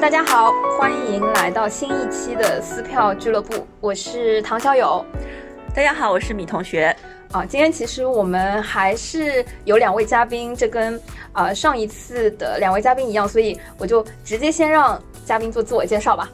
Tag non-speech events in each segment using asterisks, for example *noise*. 大家好，欢迎来到新一期的撕票俱乐部，我是唐小友。大家好，我是米同学。啊，今天其实我们还是有两位嘉宾，这跟啊、呃上一次的两位嘉宾一样，所以我就直接先让嘉宾做自我介绍吧。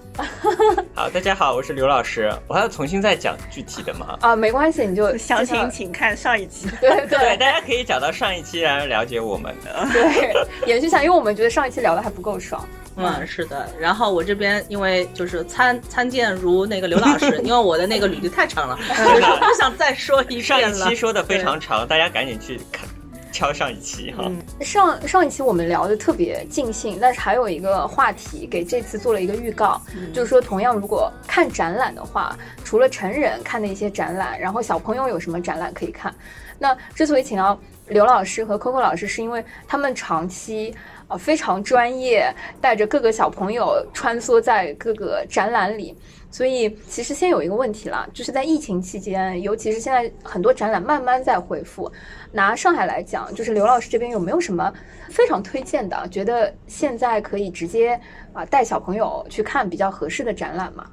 好，大家好，我是刘老师。我还要重新再讲具体的吗？啊，没关系，你就详介绍情请看上一期。对对对，大家可以找到上一期来了解我们的。对，延续一下，因为我们觉得上一期聊的还不够爽。嗯，是的。然后我这边因为就是参参见如那个刘老 *laughs* 师，因为我的那个履历太长 *laughs* 了，就是不想再说一上遍一了期。说的非常长，大家赶紧去看敲上一期哈。嗯上上一期我们聊的特别尽兴，但是还有一个话题给这次做了一个预告，就是说同样如果看展览的话，除了成人看的一些展览，然后小朋友有什么展览可以看？那之所以请到刘老师和 Coco 老师，是因为他们长期呃非常专业，带着各个小朋友穿梭在各个展览里。所以其实先有一个问题啦，就是在疫情期间，尤其是现在很多展览慢慢在恢复。拿上海来讲，就是刘老师这边有没有什么非常推荐的，啊觉得现在可以直接啊、带小朋友去看比较合适的展览吗？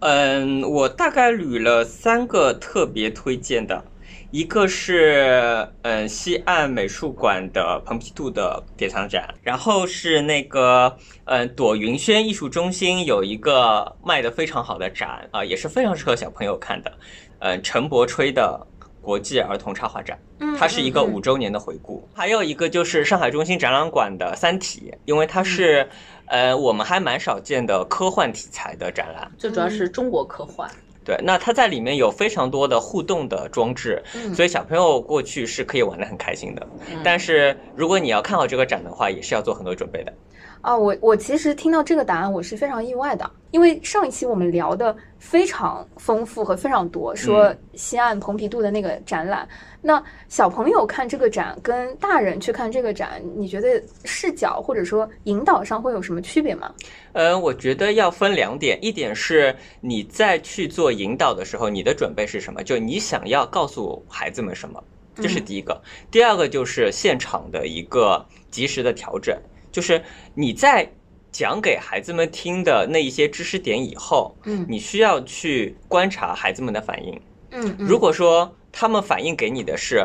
嗯，我大概捋了三个特别推荐的，一个是嗯西岸美术馆的蓬皮杜的典藏展，然后是那个嗯朵云轩艺术中心有一个卖的非常好的展啊、也是非常适合小朋友看的，嗯陈伯吹的国际儿童插画展。嗯它是一个五周年的回顾。还有一个就是上海中心展览馆的《三体》，因为嗯它是，呃，我们还蛮少见的科幻题材的展览。最主要是中国科幻，对，那它在里面有非常多的互动的装置，嗯所以小朋友过去是可以玩得很开心的。嗯但是如果你要看好这个展的话，也是要做很多准备的。啊，我我其实听到这个答案我是非常意外的，因为上一期我们聊的非常丰富和非常多，说嗯西岸蓬皮杜的那个展览，那小朋友看这个展跟大人去看这个展，你觉得视角或者说引导上会有什么区别吗？嗯，我觉得要分两点，一点是你在去做引导的时候，你的准备是什么？就你想要告诉孩子们什么，嗯这是第一个。第二个就是现场的一个及时的调整，就是你在讲给孩子们听的那一些知识点以后，嗯你需要去观察孩子们的反应。嗯，嗯如果说他们反应给你的是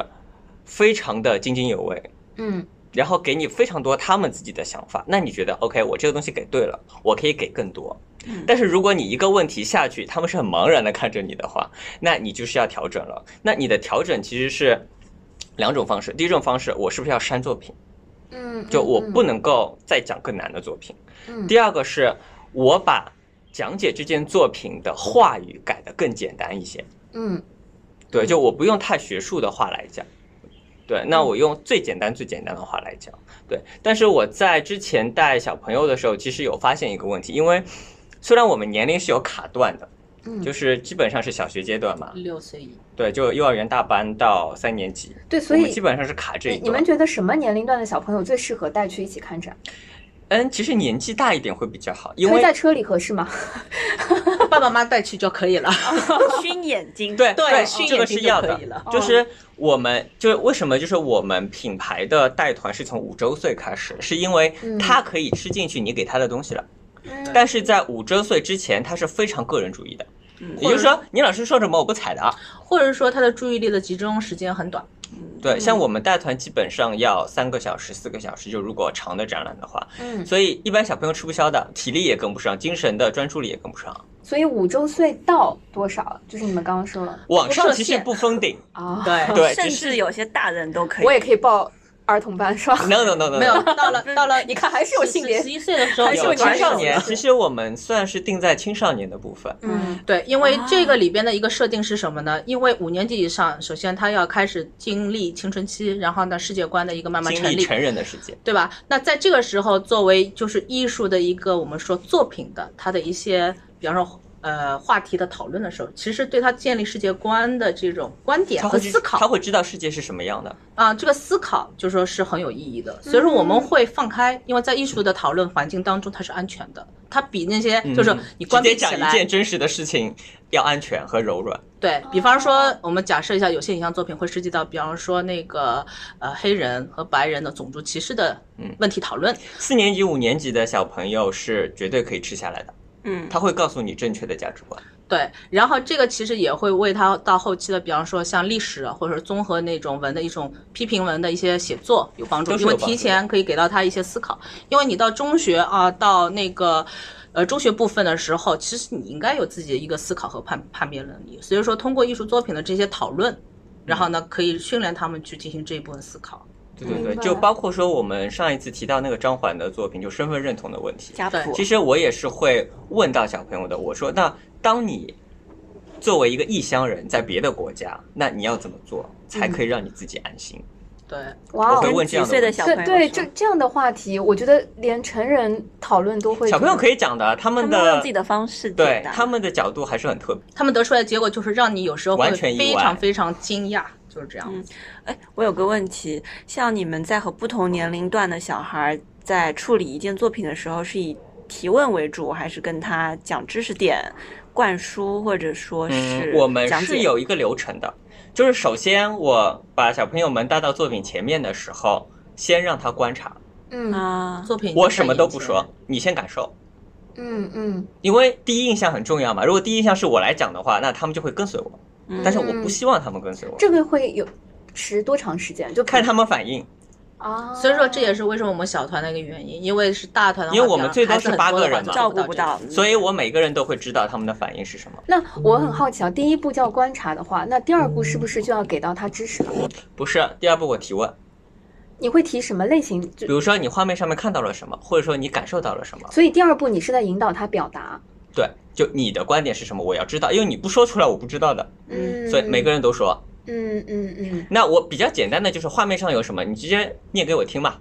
非常的津津有味，嗯然后给你非常多他们自己的想法，那你觉得 OK，我这个东西给对了，我可以给更多。嗯但是如果你一个问题下去，他们是很茫然的看着你的话，那你就是要调整了。那你的调整其实是两种方式，第一种方式，我是不是要删作品？嗯，就我不能能够再讲更难的作品。嗯第二个是我把讲解这件作品的话语改得更简单一些，嗯对，就我不用太学术的话来讲，对，那我用最简单最简单的话来讲，对。但是我在之前带小朋友的时候，其实有发现一个问题，因为虽然我们年龄是有卡段的，嗯，就是基本上是小学阶段嘛，六岁以对，就幼儿园大班到三年级，对，所我们以基本上是卡这一你段。你们觉得什么年龄段的小朋友最适合带去一起看展？嗯，其实年纪大一点会比较好，因推为在车里合适吗？爸爸妈妈带去就可以了。 *laughs* 熏眼睛，对 *laughs* 对训这个眼是睛要就可的以，了。哦就是我们就是为什么就是我们品牌的带团是从五周岁开始，是因为嗯他可以吃进去你给他的东西了，嗯但是在五周岁之前，他是非常个人主义的，嗯也就是说，你老师说什么我不采的啊。或者说他的注意力的集中时间很短，嗯对，像我们带团基本上要三个小时、四个小时，就如果长的展览的话，嗯，所以一般小朋友吃不消的，体力也跟不上，精神的专注力也跟不上。 *laughs* 所以五周岁到多少？就是你们刚刚说了网不上设其实限不封顶，啊， *laughs* 对对，甚只是至有些大人都可以。我也可以报儿童班是吧？ *laughs* no no no no，没有到 *laughs* 了到了，你看还是有性别十一岁的时候还是有有年青龄少的年，其实我们算是定在青少年的部分。嗯对，因为啊这个里边的一个设定是什么呢？因为五年级以上，首先他要开始经历青春期，然后呢，世界观的一个慢慢经成历立，成人的世界，对吧？那在这个时候，作为就是艺术的一个我们说作品的它的一些，比方说呃话题的讨论的时候，其实对他建立世界观的这种观点他和会知思他考会知道世界是什么样的。啊，这个思考就说是很有意义的。所以说我们会放开，因为在艺术的讨论环境当中，它是安全的，它比那些就是嗯你关直接闭起讲一来件真实的事情要安全和柔软。对比方说，我们假设一下，有些影像作品会涉及到，比方说那个呃黑人和白人的种族歧视的嗯问题讨论。四年级、五年级的小朋友是绝对可以吃下来的，嗯，他会告诉你正确的价值观。对，然后这个其实也会为他到后期的，比方说像历史啊或者是综合那种文的一种批评文的一些写作有帮助，都是有因为帮助的提前可以给到他一些思考。因为你到中学啊，到那个呃中学部分的时候，其实你应该有自己的一个思考和判判别能力。所以说，通过艺术作品的这些讨论，然后呢，可以训练他们去进行这一部分思考。对对明对，白就包括说我们上一次提到那个张环的作品，就身份认同的问题。家谱其实我也是会问到小朋友的，我说：那当你作为一个异乡人在别的国家，那你要怎么做才可以让你自己安心？对，哇我会哦！问这样几岁的的问题小朋友对对，说这这样的话题，我觉得连成人讨论都会。小朋友可以讲的，他他们们用的自己的方式解对答他们的角度还是很特别。他们得出来的结果就是让你有时候会完全意非外常非常惊讶，就是这样。嗯哎，我有个问题，像你们在和不同年龄段的小孩儿在处理一件作品的时候，是以提问为主，还是跟他讲知识点、灌输，或者说是、嗯，我们讲是解？有一个流程的，就是首先我把小朋友们带到作品前面的时候，先让他观察，嗯啊，作品我什么都不说说，，你先感受。嗯嗯，因为第一印象很重要嘛，如果第一印象是我来讲的话，那他们就会跟随我，嗯但是我不希望他们跟随我，这个会有持多长时间？就看他们反应，啊，所以说这也是为什么我们小团的一个原因，因为是大团的话，因为我们最多是八个人嘛孩子照很多的话照顾不不到到这个。，所以我每个人都会知道他们的反应是什么。那我很好奇啊，第一步叫观察的话，那第二步是不是就要给到他知识了？不是，第二步我提问，你会提什么类型？就比如说你画面上面看到了什么，或者说你感受到了什么，所以第二步你是在引导他表达。对，就你的观点是什么，我要知道，因为你不说出来我不知道的，嗯所以每个人都说。嗯嗯嗯那我比较简单的就是画面上有什么，你直接念给我听嘛。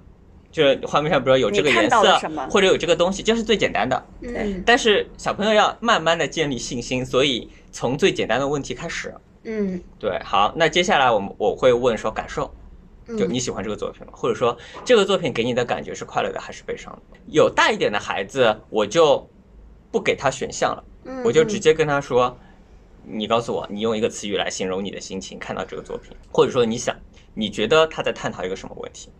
就是画面上，比如有这个你看颜到了色什么，或者有这个东西，这是最简单的。嗯对嗯但是小朋友要慢慢的建立信心，所以从最简单的问题开始。嗯对，好，那接下来我们我会问说感受，嗯，就你喜欢这个作品吗？或者说这个作品给你的感觉是快乐的还是悲伤的？有大一点的孩子，我就不给他选项了，嗯，我就直接跟他说，你告诉我，你用一个词语来形容你的心情，看到这个作品，或者说你想，你觉得他在探讨一个什么问题？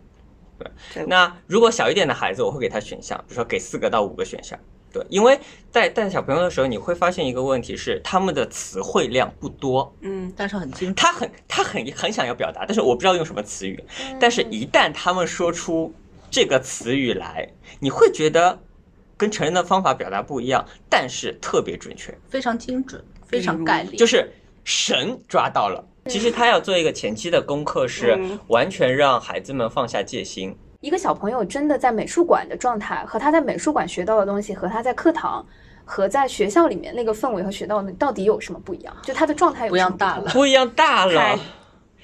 对那如果小一点的孩子，我会给他选项，比如说给四个到五个选项。对，因为在带小朋友的时候，你会发现一个问题是，他们的词汇量不多，嗯，但是很精他很他很很想要表达，但是我不知道用什么词语。嗯，但是一旦他们说出这个词语来，你会觉得跟成人的方法表达不一样，但是特别准确，非常精准，非常概率，就是是神抓到了。其实他要做一个前期的功课，是嗯完全让孩子们放下戒心，一个小朋友真的在美术馆的状态，和他在美术馆学到的东西，和他在课堂。和在学校里面那个氛围和学到的到底有什么不一样？就他的状态有不一什样么大同了不一样大太了。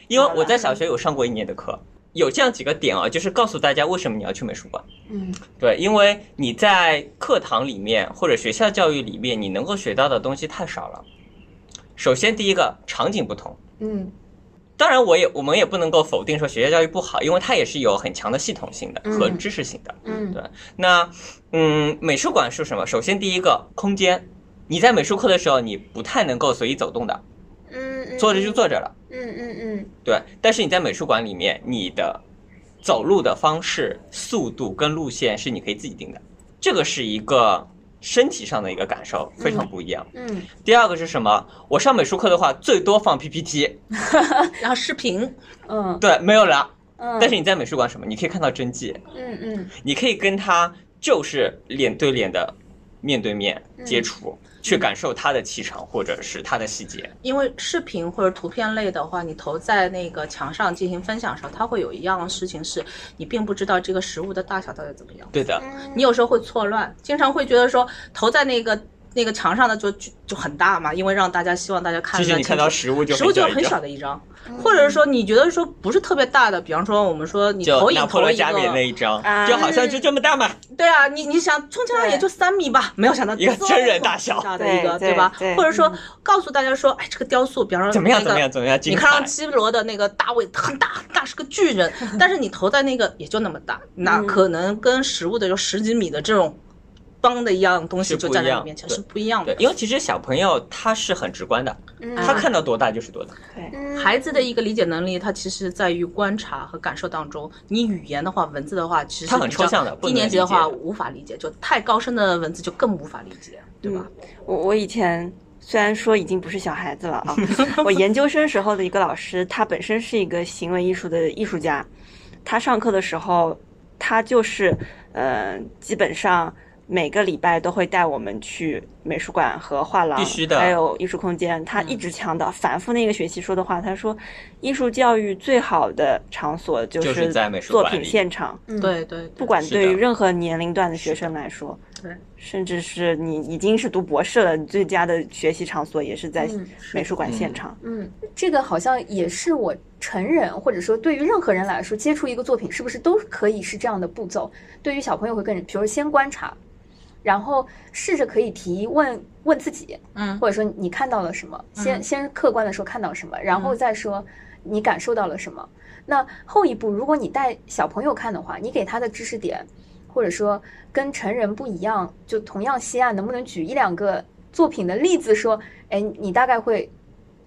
因为大了我在小学有上过一年的课，有这样几个点啊，就是告诉大家为什么你要去美术馆。嗯对，因为你在课堂里面或者学校教育里面，你能够学到的东西太少了。首先，第一个场景不同，嗯当然我也我们也不能够否定说学校教育不好，因为它也是有很强的系统性的和嗯知识性的。嗯对那嗯，美术馆是什么？首先，第一个空间，你在美术课的时候，你不太能够随意走动的，嗯嗯，坐着就坐着了。嗯嗯嗯对，但是你在美术馆里面，你的走路的方式、速度跟路线是你可以自己定的，这个是一个身体上的一个感受，非常不一样。嗯第二个是什么？我上美术课的话，最多放 PPT，然后视频嗯对，没有了。嗯，但是你在美术馆什么？你可以看到真迹，嗯嗯你可以跟他就是脸对脸的面对面接触，去感受他的气场或者是他的细节。因为视频或者图片类的话，你投在那个墙上进行分享的时候，它会有一样事情是你并不知道这个实物的大小到底怎么样，对的，嗯，你有时候会错乱，经常会觉得说投在那个那个墙上的就就就很大嘛，因为让大家希望大家看其得实你清看楚到实物就实物就小很一小张，的一张，嗯或者说你觉得说不是特别大的，比方说我们说你就投影拿破投仑一加冕那个，一张啊，就好像就这么大嘛。对啊，你你想充其量对也就三米吧，没有想到一个这么真人大小大的一个，对对吧对对？嗯或者说告诉大家说，哎，这个雕塑，比方说怎么样？那怎个么样？怎么样？你精看彩上！西罗的那个大卫很大很大，是个巨 *laughs* 人，嗯但是你投在那个也就那么大，那可能跟实物的有十几米的这种邦的一样东西是就不站一在你样面前对是不一样对的，。因为其实小朋友他是很直观的，啊嗯他看到多大就是多大。嗯孩子的一个理解能力，它其实在于观察和感受当中。你语言的话，文字的话，其实是它很比较抽象的不能低年级的话理解无法理解，就太高深的文字就更无法理解，对吧？嗯我我以前虽然说已经不是小孩子了 *laughs* 啊，我研究生时候的一个老师，他本身是一个行为艺术的艺术家，他上课的时候，他就是呃，基本上每个礼拜都会带我们去美术馆和画廊，必须的嗯还有艺术空间。他一直强调，反复那个学期说的话，他说，艺术教育最好的场所就就是在美术作馆品里现场。嗯对对对不管是的对于任何年龄段的学生来说，对甚至是你已经是读博士了，你最佳的学习场所也是在嗯美术馆现场。嗯，这个好像也是我成人或者说对于任何人来说，接触一个作品是不是都可以是这样的步骤？对于小朋友会更，比如先观察，然后试着可以提问问自己，嗯，或者说你看到了什么，先嗯先客观的说看到什么，然后嗯再说你感受到了什么。那后一步，如果你带小朋友看的话，你给他的知识点，或者说跟成人不一样，就同样西岸，能不能举一两个作品的例子，说，哎，你大概会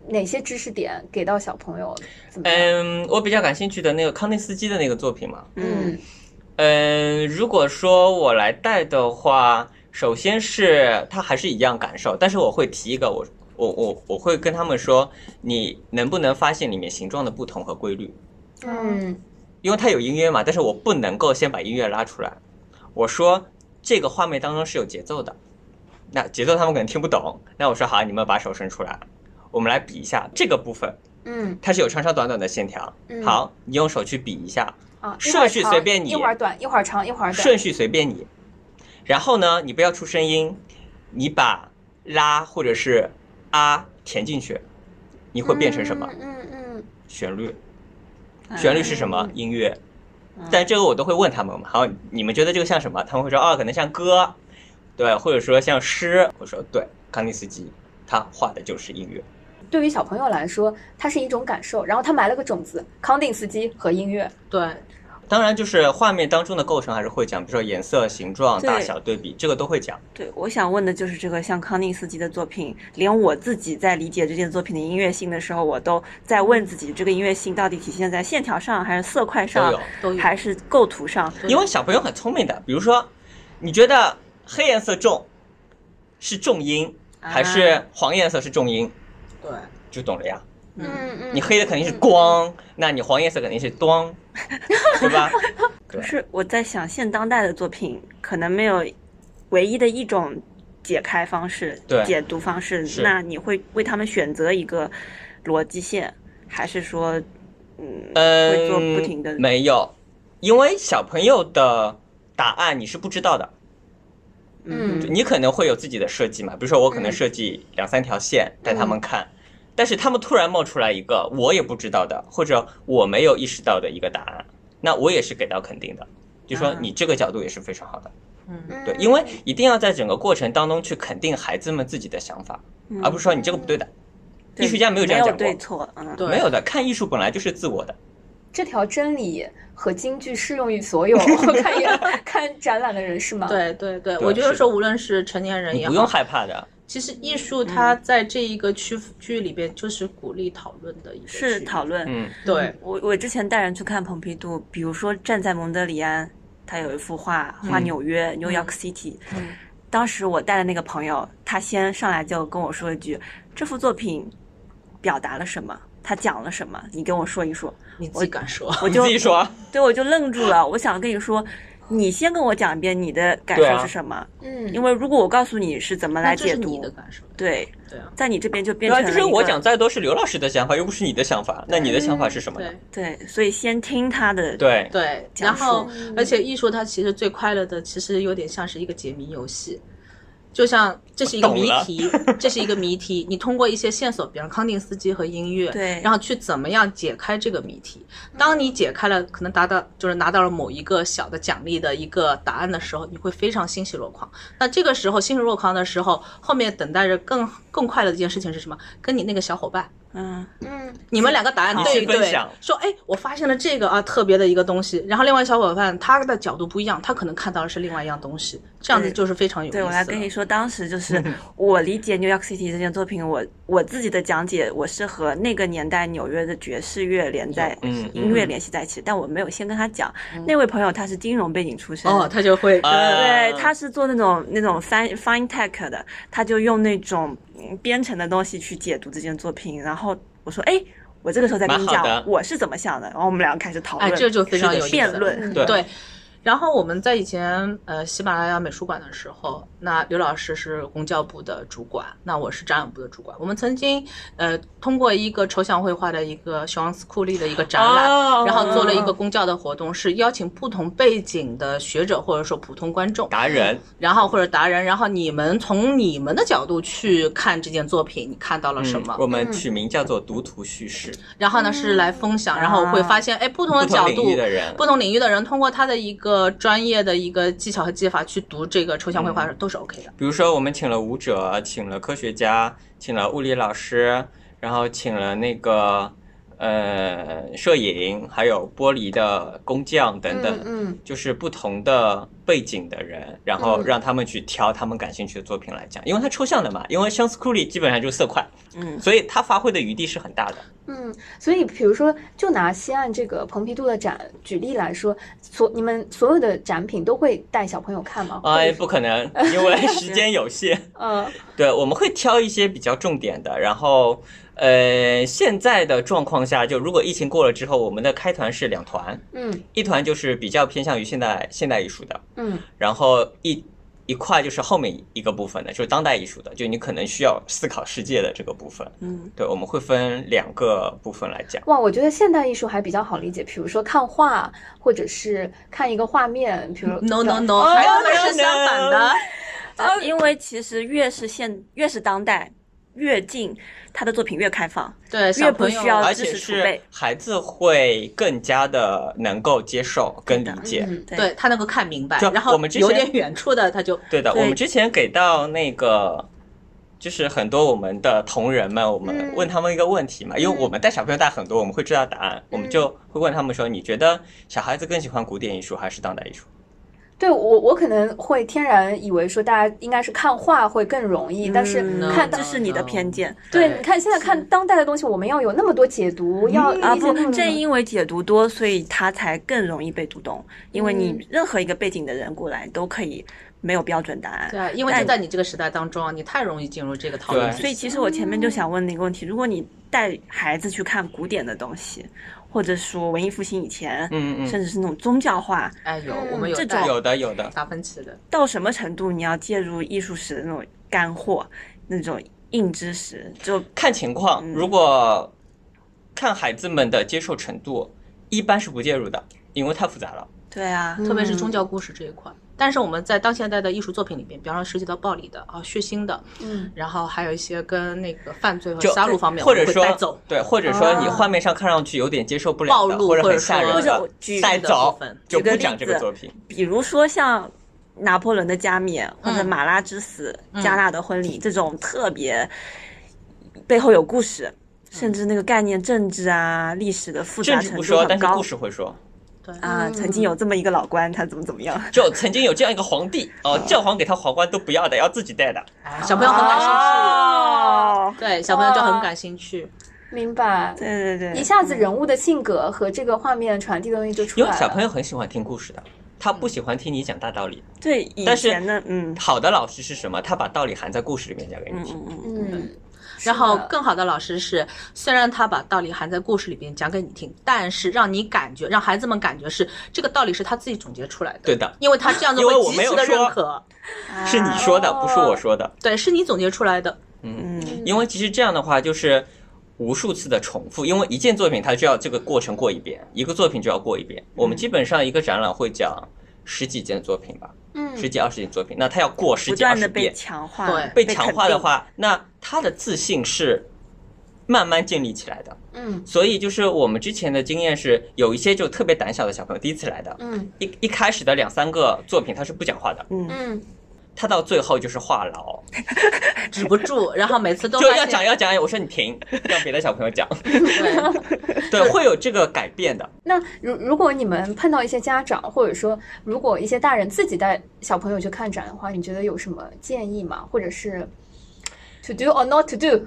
哪些知识点给到小朋友？怎么样？嗯，我比较感兴趣的那个康定斯基的那个作品嘛，嗯嗯，如果说我来带的话，首先是他还是一样感受，但是我会提一个，我我我我会跟他们说，你能不能发现里面形状的不同和规律？嗯因为它有音乐嘛，但是我不能够先把音乐拉出来。我说这个画面当中是有节奏的，那节奏他们可能听不懂。那我说好，你们把手伸出来，我们来比一下这个部分，嗯它是有长长短短的线条。嗯好，你用手去比一下，啊，一会儿顺序长随便你一会儿短，一会儿长，一会儿短。顺序随便你。然后呢，你不要出声音，你把拉或者是啊填进去，你会变成什么？嗯嗯嗯旋律。嗯旋律是什么？音乐。但这个我都会问他们嘛。好，你们觉得这个像什么？他们会说啊，可能像歌，对，或者说像诗。我说对，康定斯基他画的就是音乐。对于小朋友来说，它是一种感受，然后他埋了个种子，康定斯基和音乐。对，当然，就是画面当中的构成还是会讲，比如说颜色、形状、对大小对比，这个都会讲。对，我想问的就是这个，像康定斯基的作品，连我自己在理解这件作品的音乐性的时候，我都在问自己，这个音乐性到底体现在线条上，还是啊色块上都有，都有还是构图上？因为小朋友很聪明的，比如说，你觉得黑颜色重是重音，啊还是黄颜色是重音，对，就懂了呀。嗯，嗯你黑的肯定是光，那你黄颜色肯定是咚，对吧？对可是我在想，现当代的作品可能没有唯一的一种解开方式、对解读方式。是那你会为他们选择一个逻辑线，还是说，嗯，会做不停的？呃嗯没有，因为小朋友的答案你是不知道的，嗯你可能会有自己的设计嘛。比如说，我可能嗯设计两三条线带他们嗯看，但是他们突然冒出来一个我也不知道的，或者我没有意识到的一个答案，那我也是给到肯定的，就说啊你这个角度也是非常好的。嗯对，因为一定要在整个过程当中去肯定孩子们自己的想法，而不是说你这个不对的。嗯对艺术家没有这样讲没过嗯有对错，嗯，对没有的，看艺术本来就是自我的。这条真理和京剧适用于所有看 *laughs* 演看展览的人，是吗？，对对对，对我觉得是说无论是成年人你也不用好，害怕的，其实艺嗯术它在这一个区区域里边就是鼓励讨论的一个是区域讨论。嗯，对我我之前带人去看蓬皮杜，比如说站在蒙德里安，他有一幅画画嗯纽约、New York City。当嗯时我带的那个朋友，他先上来就跟我说一句：“这幅作品表达了什么？他讲了什么？你跟我说一说。你自己敢说”，我你就自己说啊，对我就愣住了。我想跟你说，你先跟我讲一遍你的感对受啊是什么，嗯，因为如果我告诉你是怎么那来这解是你读的，感受。对，对啊，在你这边就变对啊，成就了是一我个讲再多是刘老师的想法，又不是你的想法，那你的想法是什么呢对？对，所以先听他的对，对，讲然后述而且艺术它其实最快乐的，其实有点像是一个解谜游戏。就像这是一个我懂谜了题，这是一个谜题。你通过一些线索，比方康定斯基和音乐，对然后去怎么样解开这个谜题。当你解开了，可能达到就是拿到了某一个小的奖励的一个答案的时候，你会非常欣喜若狂。那这个时候欣喜若狂的时候，后面等待着更更快乐的一件事情是什么？跟你那个小伙伴嗯，嗯，你们两个答案好对一分对享，说哎，我发现了这个啊特别的一个东西，然后另外小伙伴他的角度不一样，他可能看到的是另外一样东西，这样子对就是非常有意思啊对了。我来跟你说，当时嗯就是我理解 New York City 这件作品，我我自己的讲解，我是和那个年代纽约的爵士乐连在嗯音乐联系在一起，但我没有先跟他讲。那位朋友他是金融背景出身，哦，他就会啊对，他是做那种那种 fine fine tech 的，他就用那种嗯编程的东西去解读这件作品。然后我说，哎，我这个时候再跟你蛮讲好的我是怎么想的。然后我们两个开始讨哎论，这就非常是的有意思辩嗯论。对对。然后我们在以前呃喜马拉雅美术馆的时候，那刘老师是公教部的主管，那我是展览部的主管。我们曾经呃通过一个抽象绘画的一个熊昂斯库利的一个展览，哦然后做了一个公教的活动，是邀请不同背景的学者或者说普通观众，达人，然后或者达人，然后你们从你们的角度去看这件作品，你看到了什么？嗯嗯我们取名叫做“读图叙事然后呢是来分享，然后会发现，哎，不同的嗯不同角领度域的人不同领域的人通过他的一个专业的一个技巧和技法去读这个抽象绘画都是 OK 的”。。比如说，我们请了舞者，请了科学家，请了物理老师，然后请了那个呃摄影，还有玻璃的工匠等等。嗯就是不同的背景的人，然后让他们去挑他们感兴趣的作品来讲，因为它抽象的嘛，因为像 s c o o l 基本上就是色块，嗯，所以它发挥的余地是很大的。嗯，所以比如说，就拿西岸这个蓬皮杜的展举例来说，所你们所有的展品都会带小朋友看吗？哎，哦或者是不可 *laughs* 能，因为时间有限。嗯对，我们会挑一些比较重点的，然后呃，现在的状况下，就如果疫情过了之后，我们的开团是两团，嗯一团就是比较偏向于现代现代艺术的，嗯然后一一块就是后面一个部分的，就是当代艺术的，就你可能需要思考世界的这个部分。嗯，对，我们会分两个部分来讲。哇，我觉得现代艺术还比较好理解，比如说看画，或者是看一个画面，比如 No no 哦 no，孩子们是相反的。因为其实越是现越是当代，越近他的作品越开放。对，小不朋需友要而知且识储是备孩子会更加的能够接受跟理解。嗯对对他能够看明白就，然后我们之前有点远处的他就对的，对我们之前给到那个，就是很多我们的同仁们，我们嗯问他们一个问题嘛，嗯因为我们带小朋友带很多，我们会知道答案，我们就会问他们说，你觉得小孩子更喜欢古典艺术还是当代艺术？对我，我可能会天然以为说大家应该是看画会更容易，但是嗯看到到这是你的偏见。对，你看现在看当代的东西，我们要有那么多解读，要啊理解不那么，多正因为解读多，所以他才更容易被读懂。因为你嗯任何一个背景的人过来，都可以没有标准答案。对啊，因为就在你这个时代当中，啊你太容易进入这个讨论对所以其实我前面就想问的一个问题：如果你带孩子去看古典的东西，或者说文艺复兴以前，嗯嗯甚至是那种宗教画，哎有嗯我们有这带种有的有的，达芬奇的，到什么程度你要介入艺术史的那种干货、那种硬知识？就看情况，嗯如果看孩子们的接受程度，一般是不介入的，因为太复杂了。对啊，嗯特别是宗教故事这一块。但是我们在当现代的艺术作品里边，比方说涉及到暴力的啊、血腥的，嗯，然后还有一些跟那个犯罪和就呃杀戮方面，或者我们会带说走对，或者说你啊画面上看上去有点接受不了的，暴露或者或者很吓说人或者的我举，带例的走部分就举个不讲例这个子作品。比如说像拿破仑的加冕或者嗯马拉之死、嗯加纳的婚礼这种特别背后有故事，甚至那个概念政治啊、历史的复嗯政杂治程不度说，但很是高故事会说。对啊。嗯曾经有这么一个老官，他怎么怎么样？就曾经有这样一个皇帝 *laughs* 哦，教皇给他皇冠都不要的，要自己戴的。哎小朋友很感兴啊趣，哦，对，小朋友就很感兴趣。明白。对对一对，下子人物的性格和这个画面传递的东西就出因来为了。小朋友很喜欢听故事的，他不嗯喜欢听你讲大道理。对以但是前的嗯好的老师是什么？他把道理含在故事里面讲给你嗯听。嗯嗯，嗯，然后是的更好的老师是，虽然他把道理含在故事里边讲给你听，但是让你感觉，让孩子们感觉是这个道理是他自己总结出来的。对的因为他这样子因为会我及没时有的认说可。 *laughs* 是啊你说的，不是我说哦的。对，是你总结出来的。嗯因为其实这样的话就是无数次的重复，因为一件作品它就要这个过程过一遍，一个作品就要过一遍。我嗯们基本上一个展览会讲十几件作品吧，嗯十几二十件作品，那它要过十不几二断十的被遍，强化，对被强化肯的定，话，那他的自信是慢慢建立起来的。嗯所以就是我们之前的经验是，有一些就特别胆小的小朋友第一次来的，嗯一一开始的两三个作品他是不讲话的，嗯他到最后就是话痨，止不住，然后每次都就发要现讲要讲，我说你停， *laughs* 让别的小朋友讲，对对，会有这个改变的。那如如果你们碰到一些家长，或者说如果一些大人自己带小朋友去看展的话，你觉得有什么建议吗？或者是 to do or not to do？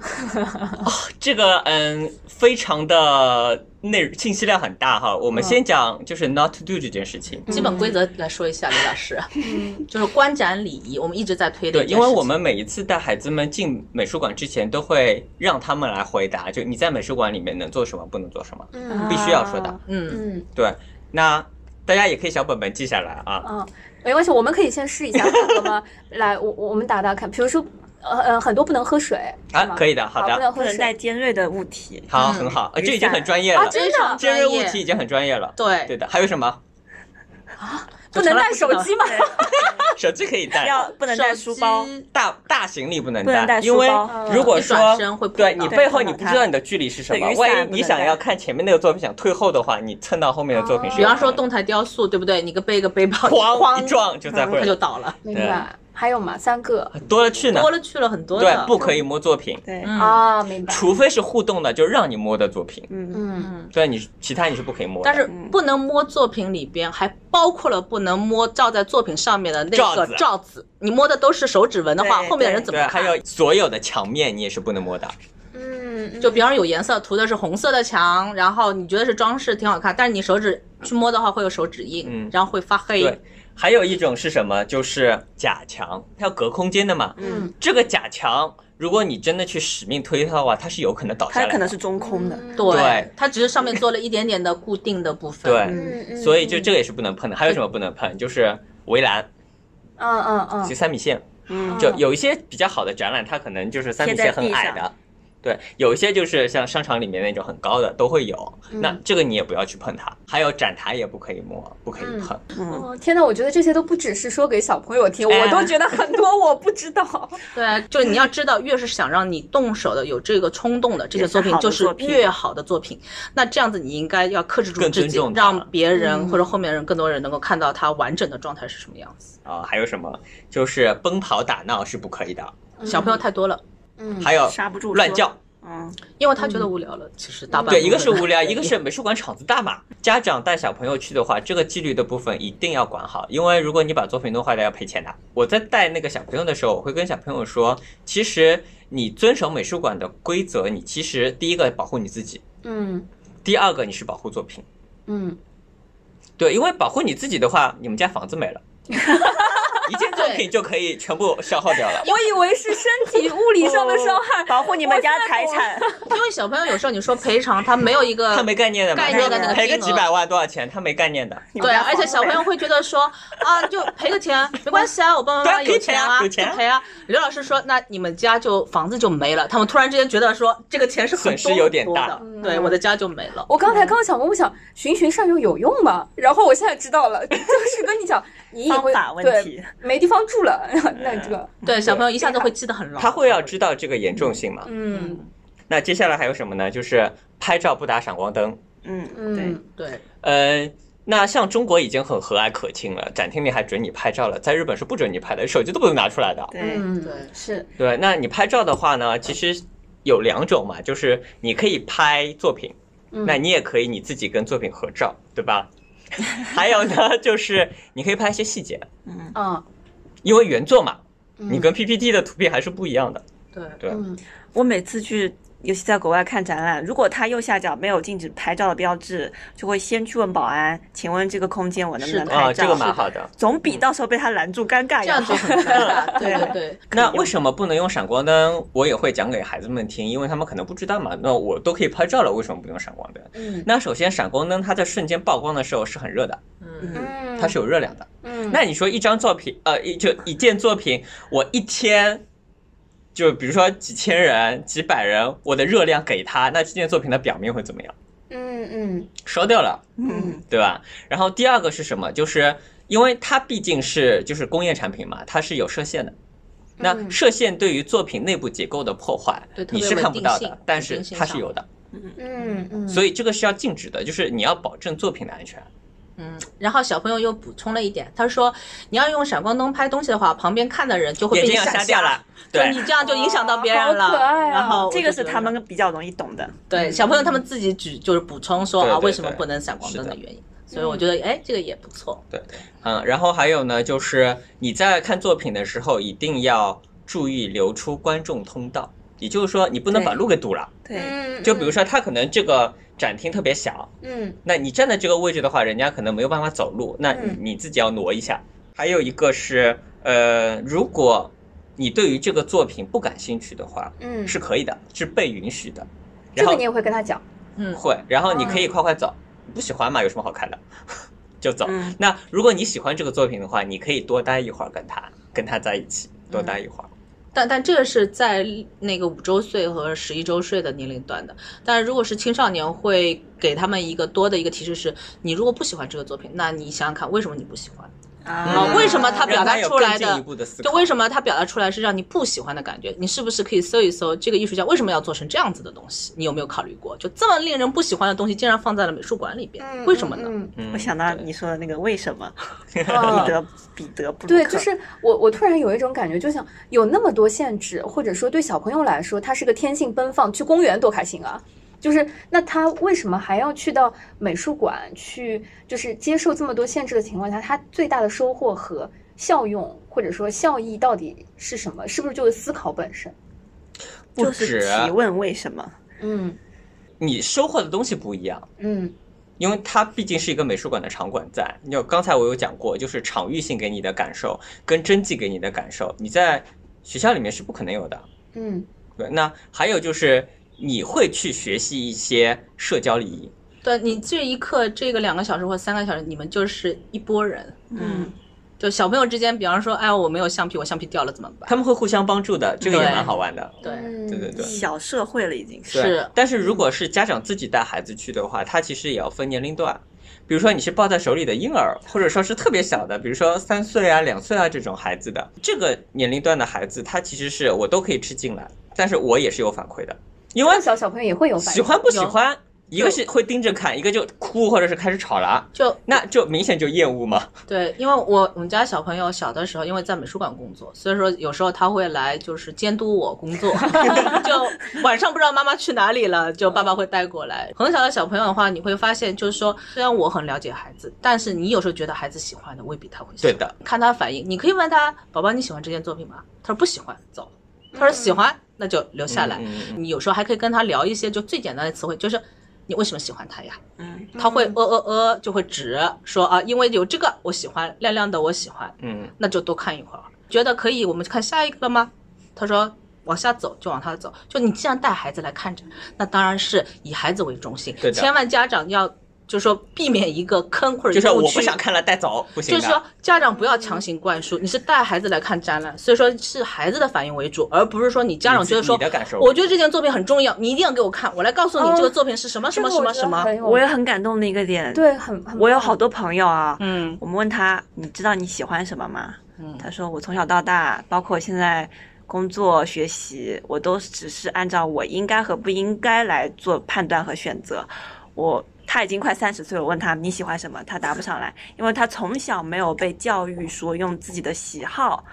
这个嗯，非常的内信息量很大哈。我们先讲就是 not to do 这件事情，基本规则来说一下，李老师，嗯就是观展礼仪，我们一直在推的对，一件事因情。为我们每一次带孩子们进美术馆之前，都会让他们来回答，就你在美术馆里面能做什么，不能做什么。嗯必须要说的啊嗯，嗯对，那大家也可以小本本记下来啊。嗯，没关系，我们可以先试一 *laughs* 下，好吗？来，我我我们打打看，比如说呃呃，很多不能喝水啊，可以，以的，好不的，能不喝能带水。尖锐的物 *laughs* 体。好，嗯很好，呃雨这已经伞很专业啊了，真的非常尖锐专物业体已经很专业了。对对，的，还有什么？不能带手机吗？手机可以带，要不能带手书包，机大大行李不能不能带因书为包如果一转说身会碰对到你背后碰你到不它知道你的距离是什对么，雨伞万一不你能想带要看前面那个作品想退后的话，你蹭到后面的作品哦是比有可能的。方说动态雕塑，对不对？你个背一个背包，哐一哐，撞就在会它就儿，倒了，明白。还有吗？三个多了去呢多。了去了很多对的。，不可以摸作品，对，嗯啊，明白。除非是互动的，就让你摸的作品。嗯，嗯，嗯，对，你其他你是不可以摸的。但是不能摸作品里边，还包括了不能摸照在作品上面的那罩个子罩子。你摸的都是手指纹的话，对后面的人怎对，么还看？有所有的墙面你也是不能摸的。嗯，就比方说有颜色涂的是红色的墙，然后你觉得是装饰挺好看，但是你手指去摸的话会有手指印，嗯然后会发黑。对，还有一种是什么？就是假墙，它要隔空间的嘛。嗯，这个假墙，如果你真的去使命推敲的话，它是有可能倒下它来的。可能是中空的。嗯对，对它只是上面做了一点点的固定的部分。对，嗯，嗯嗯，所以就这个也是不能碰的。还有什么不能碰？就是围栏，嗯嗯嗯就三米线。嗯，就有一些比较好的展览，它可能就是三米线很矮贴在地的，对，有一些就是像商场里面那种很高的都会有。那嗯这个你也不要去碰它，还有展台也不可以摸，不可以碰。嗯哦，天哪！我觉得这些都不只是说给小朋友听，嗯哎我都觉得很多我不知 *laughs* 道。对，就你要知道，越是想让你动手的、有这个冲动的这些作品，越就是好是的作品越好的作品。那这样子，你应该要克制住更自尊己重，它让别人嗯或者后面人更多人能够看到它完整的状态是什么样子。啊、还有什么？就是奔跑打闹是不可以的，小朋友太多了，嗯，还有刹不住车呃乱叫。。嗯，因为他觉得无聊了。其实大半对，部一个分是人无聊，一个是美术馆场子大嘛。家长带小朋友去的话，这个纪律的部分一定要管好，因为如果你把作品弄坏了，要赔钱的。我在带那个小朋友的时候，我会跟小朋友说，其实你遵守美术馆的规则，你其实第一个保护你自己，嗯第二个你是保护作品。嗯，对，因为保护你自己的话，你们家房子 *laughs* 没了，一件作品就可以全部消耗掉了。我以为是身体物理上的伤害，哦保护你们家财产。 *laughs* 因为小朋友有时候你说赔偿，他没有一 *laughs* 个他没概念的嘛，概念的那个嗯赔个金额几百万多少钱，他没概念的。你们对，家而且房小朋友会觉得说啊，就赔个钱没关系啊，我爸爸妈妈对可以有赔钱啊啊，有就钱啊赔啊。刘老师说，那你们家就房子就没了，他们突然之间觉得说这个钱是很损失有点多大的对，我的家就没了。我刚才刚想问，我想循循善诱有用吗？然后我现在知道了，就是跟你讲，你也会方法问对题没地方住了，嗯那这个对，小朋友一下子会记得很牢。他会要知道这个严重性嘛？嗯那接下来还有什么呢？就是拍照不打闪光灯。嗯对，嗯对，呃，那像中国已经很和蔼可亲了，展厅里还准你拍照了，在日本是不准你拍的，手机都不能拿出来的。对，嗯对是对，那你拍照的话呢，其实有两种嘛，就是你可以拍作品，嗯那你也可以你自己跟作品合照，对吧？ *laughs* 还有呢，就是你可以拍一些细节，啊，因为原作嘛，嗯你跟 PPT 的图片还是不一样的。对，对，嗯我每次去，尤其在国外看展览，如果它右下角没有禁止拍照的标志，就会先去问保安，请问这个空间我能不能是的啊、拍这个照？蛮好的。总比到时候被他拦住尴尬这要样就好。很尴 *laughs* 尬。对对对，那为什么不能用闪光灯？我也会讲给孩子们听，因为他们可能不知道嘛。那我都可以拍照了，为什么不用闪光灯？嗯那首先，闪光灯它在瞬间曝光的时候是很热的，嗯，嗯，它是有热量的。嗯那你说一张作品，呃，一就一件作品，我一天，就比如说几千人、几百人，我的热量给它，那这件作品的表面会怎么样？嗯嗯烧掉了， *laughs* 嗯，对吧？然后第二个是什么？就是因为它毕竟是就是工业产品嘛，它是有射线的。那嗯射线对于作品内部结构的破坏对，特你别是看不到稳定的性，但是稳定性它是上有的，嗯嗯，所以以这个是要禁止的，就是你要保证作品的安全。嗯，然后小朋友又补充了一点，他说你要用闪光灯拍东西的话，旁边看的人就会眼被睛你要闪瞎掉了，就对你，这样就影响到别人哇了。好可爱啊然后我就这个是觉得他们比较容易懂的。对小朋友他们自己举就是补充说嗯对啊，对为什么对不能闪光灯是的嗯的原因。所以我觉得哎，这个也不错。对对，嗯，然后还有呢，就是你在看作品的时候，一定要注意留出观众通道，也就是说，你不能把对路给堵了。嗯对，就比如，说，他可能这个展厅特别小，嗯那你站在这个位置的话，人家可能没有办法走路，那嗯你自己要挪一下。还有一个是，呃，如果你对于这个作品不感兴趣的话，嗯，是可以的，是被允许的。这然个后你也会跟他讲，嗯，会，然后你可以快快走，你不喜欢嘛，有什么好看的， *laughs* 就走。嗯，那如果你喜欢这个作品的话，你可以多待一会儿，跟他跟他在一起多嗯待一会儿。但但这个是在那个五周岁和十一周岁的年龄段的，但如果是青少年，会给他们一个多的一个提示是：你如果不喜欢这个作品，那你想想看，为什么你不喜欢？啊为什么他表让达有出更来的进一步的思考，就为什么它表达出来是让你不喜欢的感觉？你是不是可以搜一搜这个艺术家为什么要做成这样子的东西？你有没有考虑过？就这么令人不喜欢的东西，竟然放在了美术馆里边，为什么呢？嗯嗯我想到对你说的那个为什么啊彼得彼得布 *laughs* 鲁对，克就是我，我突然有一种感觉，就像有那么多限制，或者说对小朋友来说，他是个天性奔放，去公园多开心啊！就是那他为什么还要去到美术馆去，就是接受这么多限制的情况下，他最大的收获和效用或者说效益到底是什么？是不是就是思考本身？不就是止提问为什么？嗯你收获的东西不一样。嗯因为它毕竟是一个美术馆的场馆在，就刚才我有讲过，就是场域性给你的感受跟真迹给你的感受，你在学校里面是不可能有的。嗯对，那还有就是你会去学习一些社交礼仪，对你这一刻，这个两个小时或三个小时，你们就是一拨人。嗯，就小朋友之间，比方说，哎，我没有橡皮，我橡皮掉了怎么办？他们会互相帮助的，这个也对蛮好玩的。对，嗯对对对嗯小社会了已经对是。是但是如果是家长自己带孩子去的话，他其实也要分年龄段。比如说你是抱在手里的婴儿，或者说是特别小的，比如说三岁啊、两岁啊这种孩子的，这个年龄段的孩子，他其实是我都可以吃进来，但是我也是有反馈的，因为那小小朋友也会有反喜应。欢不喜欢，一个是会盯着看，一个就哭或者是开始吵了啊，就那就明显就厌恶嘛。对，因为我我们家小朋友小的时候，因为在美术馆工作，所以说有时候他会来就是监督我工作，就晚上不知道妈妈去哪里了，就爸爸会带过来。很小的小朋友的话，你会发现就是说，虽然我很了解孩子，但是你有时候觉得孩子喜欢的未必他会喜欢。对的，看他反应，你可以问他：“宝宝，你喜欢这件作品吗？”他说不喜欢，走。他说喜欢，那就留下来。嗯嗯嗯你有时候还可以跟他聊一些就最简单的词汇，就是你为什么喜欢他呀？嗯，他会呃呃呃就会指说啊，因为有这个我喜欢，亮亮的我喜欢，嗯，那就多看一会儿。觉得可以，我们就看下一个吗？他说往下走就往下走，就你既然带孩子来看展，那当然是以孩子为中心对，的千万家长要就说避免一个坑或者就一是个误我区不想看了，带走不行就的。是说，家长不要强行灌输，你是带孩子来看展览，所以说是孩子的反应为主，而不是说你家长你自觉得说你的感受，我觉得这件作品很重要，你一定要给我看，我来告诉你哦这个作品是什么什么什么什么。这个我我觉得很有有很感动的一个点，对很很我有棒好多朋友啊，嗯我们问他，你知道你喜欢什么吗？嗯他说我从小到大，包括现在工作、学习，我都只是按照我应该和不应该来做判断和选择。我他已经快三十岁了，我问他你喜欢什么，他答不上来，因为他从小没有被教育说用自己的喜好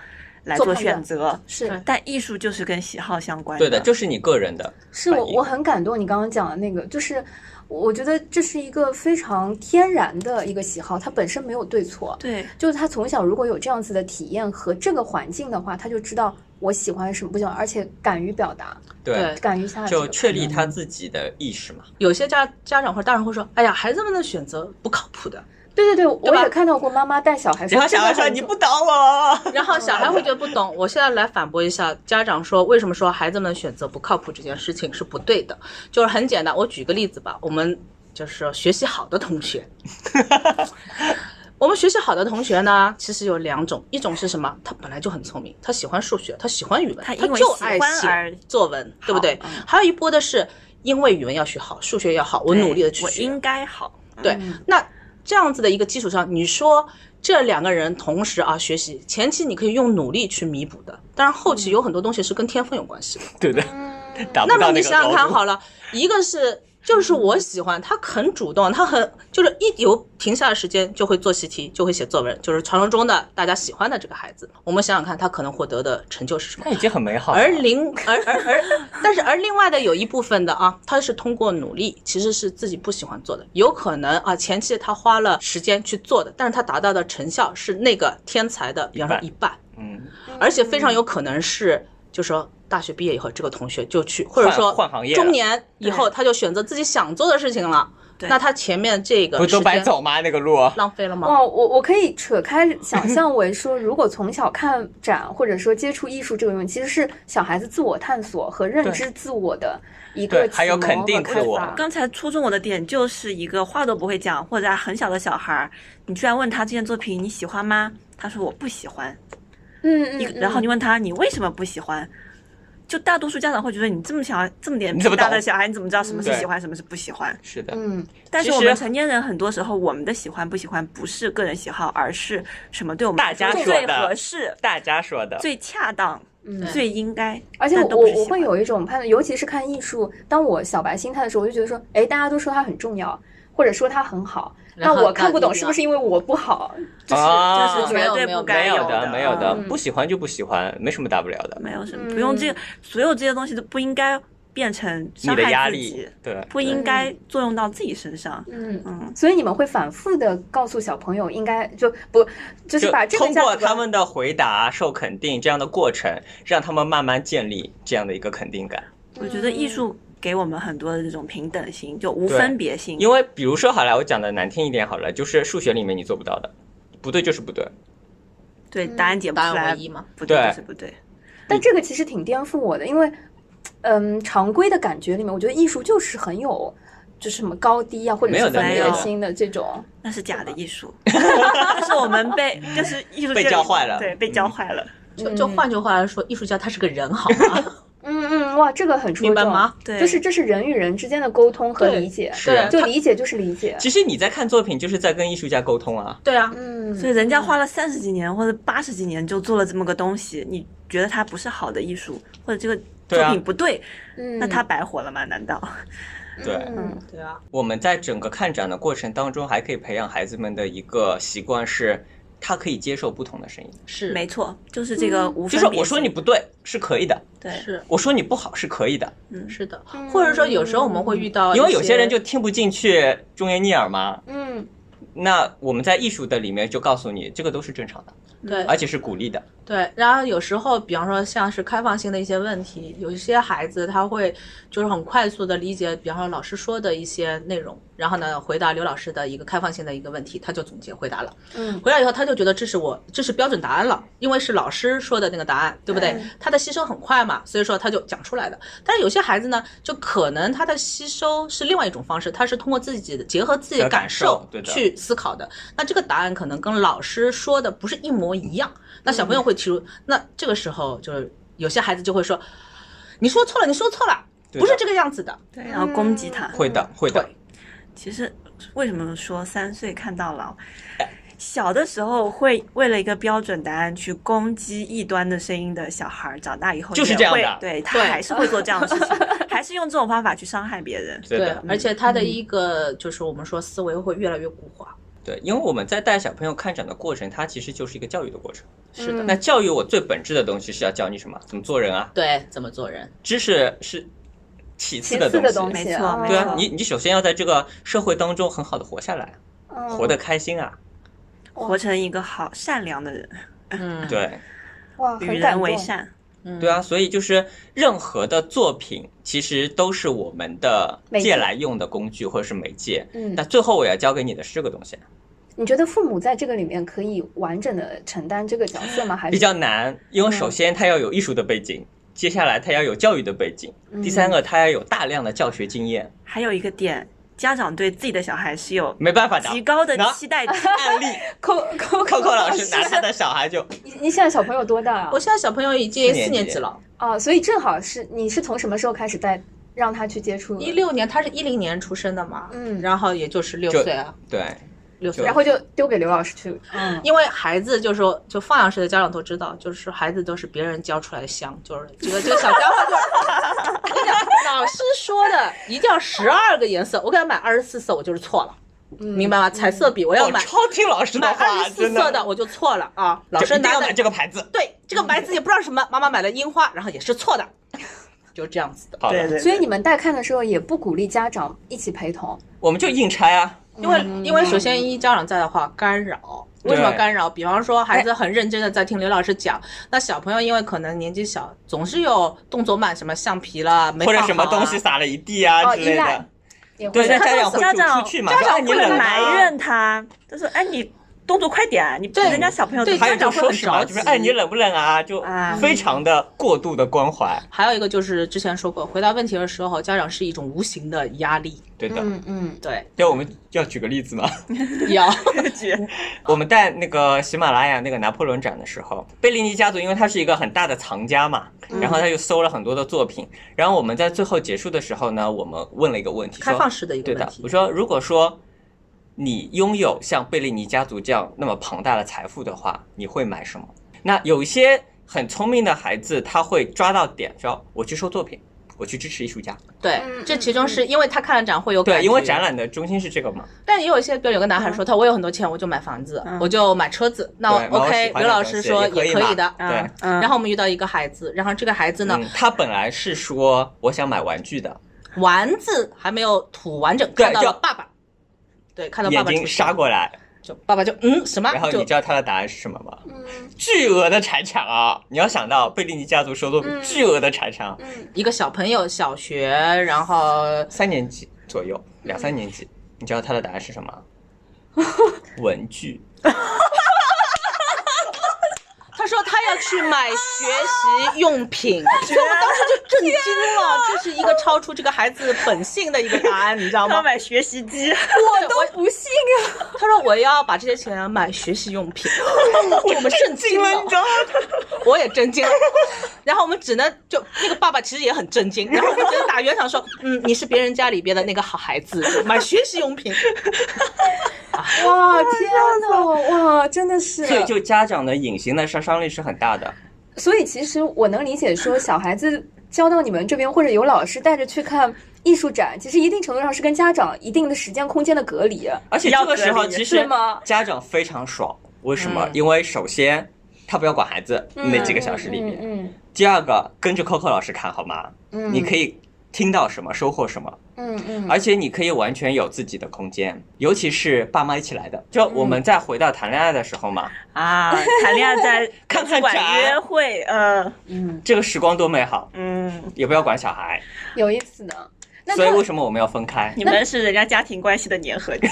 来做做判断选择。是但艺术就是跟喜好相关对的，就是是你个人的。是我反应我很感动你刚刚讲的那个，就是我觉得这是一个非常天然的一个喜好，它本身没有对错，对就是他从小如果有这样子的体验和这个环境的话，他就知道我喜欢什么不喜欢，而且敢于表达，对敢于下嗯就确立他。他自己的意识嘛。有些家家长或者大人会说，哎呀，孩子们的选择不靠谱的，对对对，我吧也看到过妈妈带小孩说，然后小孩说：“你不懂我。然后小孩会觉得不懂。我现在来反驳一下家长说，为什么说孩子们的选择不靠谱这件事情是不对的？就是很简单，我举个例子吧，我们就是学习好的同学。我们学习好的同学呢，其实有两种，一种是什么？他本来就很聪明，他喜欢数学，他喜欢语文，他他因为就爱喜欢而写作文，对不对好？嗯还有一波的是因为语文要学好，数学要好，我对努力的去我学，应该好。嗯对，那这样子的一个基础上，你说这两个人同时啊学习，前期你可以用努力去弥补的，但是后期有很多东西是跟天分有关系的。” *laughs* 对的，嗯达不那到那么个你想想看高度。好了，一个是就是我喜欢他很主动，他很就是一有停下来时间就会做习题，就会写作文，就是传说中的大家喜欢的这个孩子。我们想想看，他可能获得的成就是什么？那已经很美好了。而另而而而，但是而另外的有一部分的啊，他是通过努力，其实是自己不喜欢做的，有可能啊前期他花了时间去做的，但是他达到的成效是那个天才的，比方说一一半，嗯，而且非常有可能是，就说大学毕业以后，这个同学就去，或者说换行业了中年以后他就选择自己想做的事情了，对那他前面这个不都时白间走吗？那个路，浪费了吗？哦，我我可以扯开 *laughs* 想象为说，如果从小看展或者说接触艺术这个东西，其实是小孩子自我探索和认知自我的一个对还有启蒙肯定和开自我发刚才戳中我的点就是一个话都不会讲，或者很小的小孩儿，你居然问他这件作品你喜欢吗？他说我不喜欢。嗯嗯你嗯，然后你问他你为什么不喜欢，就大多数家长会觉得你这么小这么点你怎么大的懂嗯小孩，你怎么知道什么是对喜欢，什么是不喜欢？是的，嗯但是其我实们成年人很多时候，我们的喜欢不喜欢不是个人喜好，而是什么对我们大来说家说最的合适、大家说的，最恰当、嗯，最应该，而且但我都不我是我喜会欢有一种判断，尤其是看艺术，当我小白心态的时候，我就觉得说，哎，大家都说它很重要，或者说它很好，然那后我看不到懂底是不是呢因为我不好？啊这是绝对不该没有的，的，没有的，嗯不喜欢就不喜欢，没什么大不了的。没有什么，不用这个，所有这些东西都不应该变成你伤的压害自力己，，对，不应该作用到自己身上。嗯。嗯，所以你们会反复的告诉小朋友，应该就不就是就把这个通价过值观他们的回答、受肯定这样的过程，让他们慢慢建立这样的一个肯定感。嗯我觉得艺术给我们很多的这种平等性，就无对分别性。因为比如说好了，我讲的难听一点好了，就是数学里面你做不到的，不对就是不对。对，答案解不答出案来唯一嘛，不对对就是不对。但这个其实挺颠覆我的，因为，嗯，常规的感觉里面，我觉得艺术就是很有，就是什么高低啊，或者没有是的分没有别的心的这种。那是假的艺术， *laughs* 那是我们被，就是艺术被界教里坏了嗯对，被教坏了。就就换句话来说，艺术家他是个人，好吗？嗯嗯，哇，这个很出明白众吗？对就是这是人与人之间的沟通和对理解，是啊就他理解就是理解。其实你在看作品，就是在跟艺术家沟通啊。对啊，嗯，所以人家花了三十几年或者八十几年就做了这么个东西，你觉得它不是好的艺术，或者这个对啊作品不对，嗯，那它白活了吗？难道？对，嗯 *laughs* 对啊，我们在整个看展的过程当中，还可以培养孩子们的一个习惯是，他可以接受不同的声音。是没错，就是这个无嗯就分别是性。我说你不对是可以的，对，是我说你不好是可以的，是的，或者说有时候我们会遇到，因为有些人就听不进去忠言逆耳嘛。嗯那我们在艺术的里面就告诉你，这个都是正常的，对而且是鼓励的。对，然后有时候，比方说像是开放性的一些问题，有一些孩子他会就是很快速的理解，比方说老师说的一些内容，然后呢回答刘老师的一个开放性的一个问题，他就总结回答了。嗯回来以后他就觉得这是我这是标准答案了，因为是老师说的那个答案，对不对？他的吸收很快嘛，所以说他就讲出来的。但是有些孩子呢，就可能他的吸收是另外一种方式，他是通过自己的结合自己的感感受受对的去思考的。那这个答案可能跟老师说的不是一模一样，那小朋友会提出，那这个时候就是有些孩子就会说，你说错了，你说错了，对的不是这个样子的。对，然后攻击他。会的，会的会，其实为什么说三岁看到老？哎小的时候会为了一个标准答案去攻击异端的声音的小孩儿，长大以后就是也这样会的对他对还是会做这样的 *laughs* 事情，还是用这种方法去伤害别人。对的。而且他的一个就是我们说思维会越来越固化。对，因为我们在带小朋友看展的过程，它其实就是一个教育的过程。是的，嗯那教育我最本质的东西是要教你什么？怎么做人啊？对，怎么做人？知识是其次其的次东的西。东西，没错哦没对啊嗯错，你你首先要在这个社会当中很好的活下来，嗯嗯活得开心啊。活成一个好善良的人，嗯，对，哇，与很感人动为。善。对啊，所以就是任何的作品，其实都是我们的媒介借来用的工具或者是媒介。嗯那最后我要教给你的是这个东西，你觉得父母在这个里面可以完整的承担这个角色嗯吗？还是比较难，因为首先它要有艺术的背景，接下来它要有教育的背景，嗯嗯第三个它要有大量的教学经验，还有一个点，家长对自己的小孩是有没办法的。极高的拿期待值。 *laughs* 案例，扣扣扣扣老师拿他的小孩就 *laughs* 你你现在小朋友多大啊我？现在小朋友已四年经级嗯四年级了，啊，所以正好是你是从什么时候开始带让他去接触？一六年他是一零年出生的嘛，嗯然后也就是六就岁啊，对，六岁，然后就丢给刘老师去。嗯，因为孩子就是说，就放养式的家长都知道，就是孩子都是别人教出来的香，就是这个这个小家伙就是，我跟你讲，老师说的一定要十二个颜色，我给他买二十四色，我就是错了，嗯明白吗？彩色笔我要我买哦超听老师买的二话，十四真色的，我就错了啊！老就师一定拿要买的这个牌子。对这个白字也不知道什么，妈妈买了樱花，然后也是 *laughs* 错的，就这样子的。好对的，对，嗯所以你们带看的时候也不鼓励家长一起陪同，我们就硬拆啊。因为嗯因为首先一家长在的话干扰，为什么对干扰？比方说孩子很认真的在听刘老师讲，那小朋友因为可能年纪小，总是有动作慢，什么橡皮啦，没或者放什么好啊东西撒了一地啊哦之类依赖的。也会对，那他家们长会家逐长出去嘛，家说哎长你会冷埋啊。怨他，就说：“哎，你动作快点啊，你对人家小朋友对还有家长就会说很什么，着就急。是哎你冷不冷啊？就啊非常的过度的关怀。还有一个就是之前说过，回答问题的时候，家长是一种无形的压力。对的，嗯嗯， *laughs* 对，要我们要举个例子吗？要 *laughs* 我们在那个喜马拉雅那个拿破仑展的时候，贝利尼家族因为他是一个很大的藏家嘛，然后他就搜了很多的作品。然后我们在最后结束的时候呢，我们问了一个问题，开说放式的一个对问的，题我。说如果说你拥有像贝利尼家族这样那么庞大的财富的话，你会买什么？那有一些很聪明的孩子，他会抓到点，说我去收作品，我去支持艺术家。对嗯，这其中是因为他看了展会有感对，觉，因为展览的中心是这个嘛。但也有一些，比如有个男孩说，他我有很多钱，我就买房子，嗯我就买车子。那对，我喜 OK，欢刘的老东师西说也可以嘛的。对嗯，。嗯然后我们遇到一个孩子，然后这个孩子呢，嗯，他本来是说我想买玩具的，丸子还没有吐完整，对看到就了爸爸，对，看到爸眼爸出睛杀现，过来，就爸爸就嗯什么然后你就知道他的答案是什么吗？嗯巨额的财产啊！你要想到贝利尼家族收作品，嗯巨额的财产啊，嗯，一个小朋友小学，然后三年级左右，两三年级，你知道他的答案是什么？ *laughs* 文具。他说他要去买学习用品，所以我当时就震惊了，这是一个超出这个孩子本性的一个答案，你知道他要吗？买学习 *laughs* 机，我都不信啊，他说我要把这些钱买学习用 *laughs* 品，我们震惊了，你知道吗？我也震惊了。 *laughs* 然后我们只能就那个爸爸其实也很震 *laughs* 惊，然后我们只能打圆场说，嗯，你是别人家里边的那个好孩子， *laughs* 买学习用品。 *laughs* *laughs* 哇天呐，哇，真的是，所以就家长的隐形的杀伤力是很大的。所以其实我能理解，说小孩子教到你们这边，或者有老师带着去看艺术展，其实一定程度上是跟家长一定的时间空间的隔离。而且这个时候其是实吗家长非常爽，为什么嗯？因为首先他不要管孩子那几个小时里面，嗯第二个跟着 Coco 老师看好吗？嗯，你可以，以听到什么，收获什么，嗯嗯，而且你可以完全有自己的空间，尤其是爸妈一起来的。就我嗯们再回到谈恋爱的时候嘛， *laughs* 啊，谈恋爱在 *laughs* 看看展馆约会，嗯、嗯这个时光多美好，嗯，也不要管小孩。有意思呢。那所以他为什么我们要分开？你们是人家家庭关系的粘合 *laughs* 剂、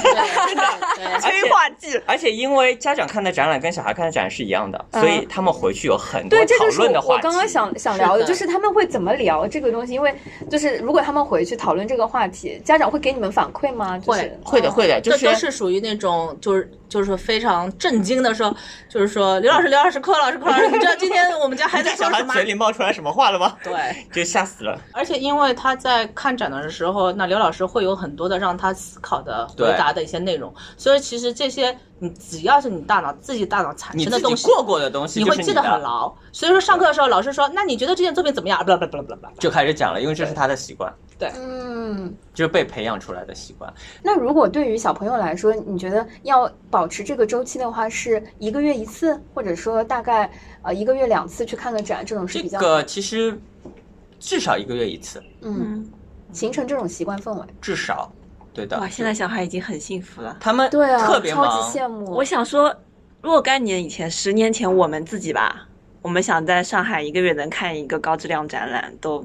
对而且 *laughs* 催化剂。而且因为家长看的展览跟小孩看的展览是一样的，嗯所以他们回去有很多对，这讨就是论的我话我题。刚刚想想聊的，是的就是他们会怎么聊这个东西，因为就是如果他们回去讨论这个话题，家长会给你们反馈吗？就是、嗯会的，会的，就这是都是属于那种，就是就是说非常震惊的说，就是说刘老师、刘老师、柯老师、柯老师，你知道今天我们家孩子在说小孩 *laughs* 什么？嘴里冒出来什么话了吗？对，就吓死了。而且因为他在看展的时候，那刘老师会有很多的让他思考的回对答的一些内容，所以其实这些你只要是你大脑自己大脑产你生自的己东西，过过的东西，你会记得很牢。牢。所以说上课的时候，老师说，那你觉得这件作品怎么样？啊，不不不不不不，就开始讲了，因为这是他的习惯，嗯。就是被培养出来的习惯。那如果对于小朋友来说，你觉得要保持这个周期的话，是一个月一次，或者说大概呃一个月两次去看个展，这种是这比较个其实至少一个月一次，嗯嗯，形成这种习惯氛围。至少，对的。哇，现在小孩已经很幸福了。他们对啊，特别超级忙，羡慕。我想说，若干年以前，十年前我们自己吧，我们想在上海一个月能看一个高质量展览，都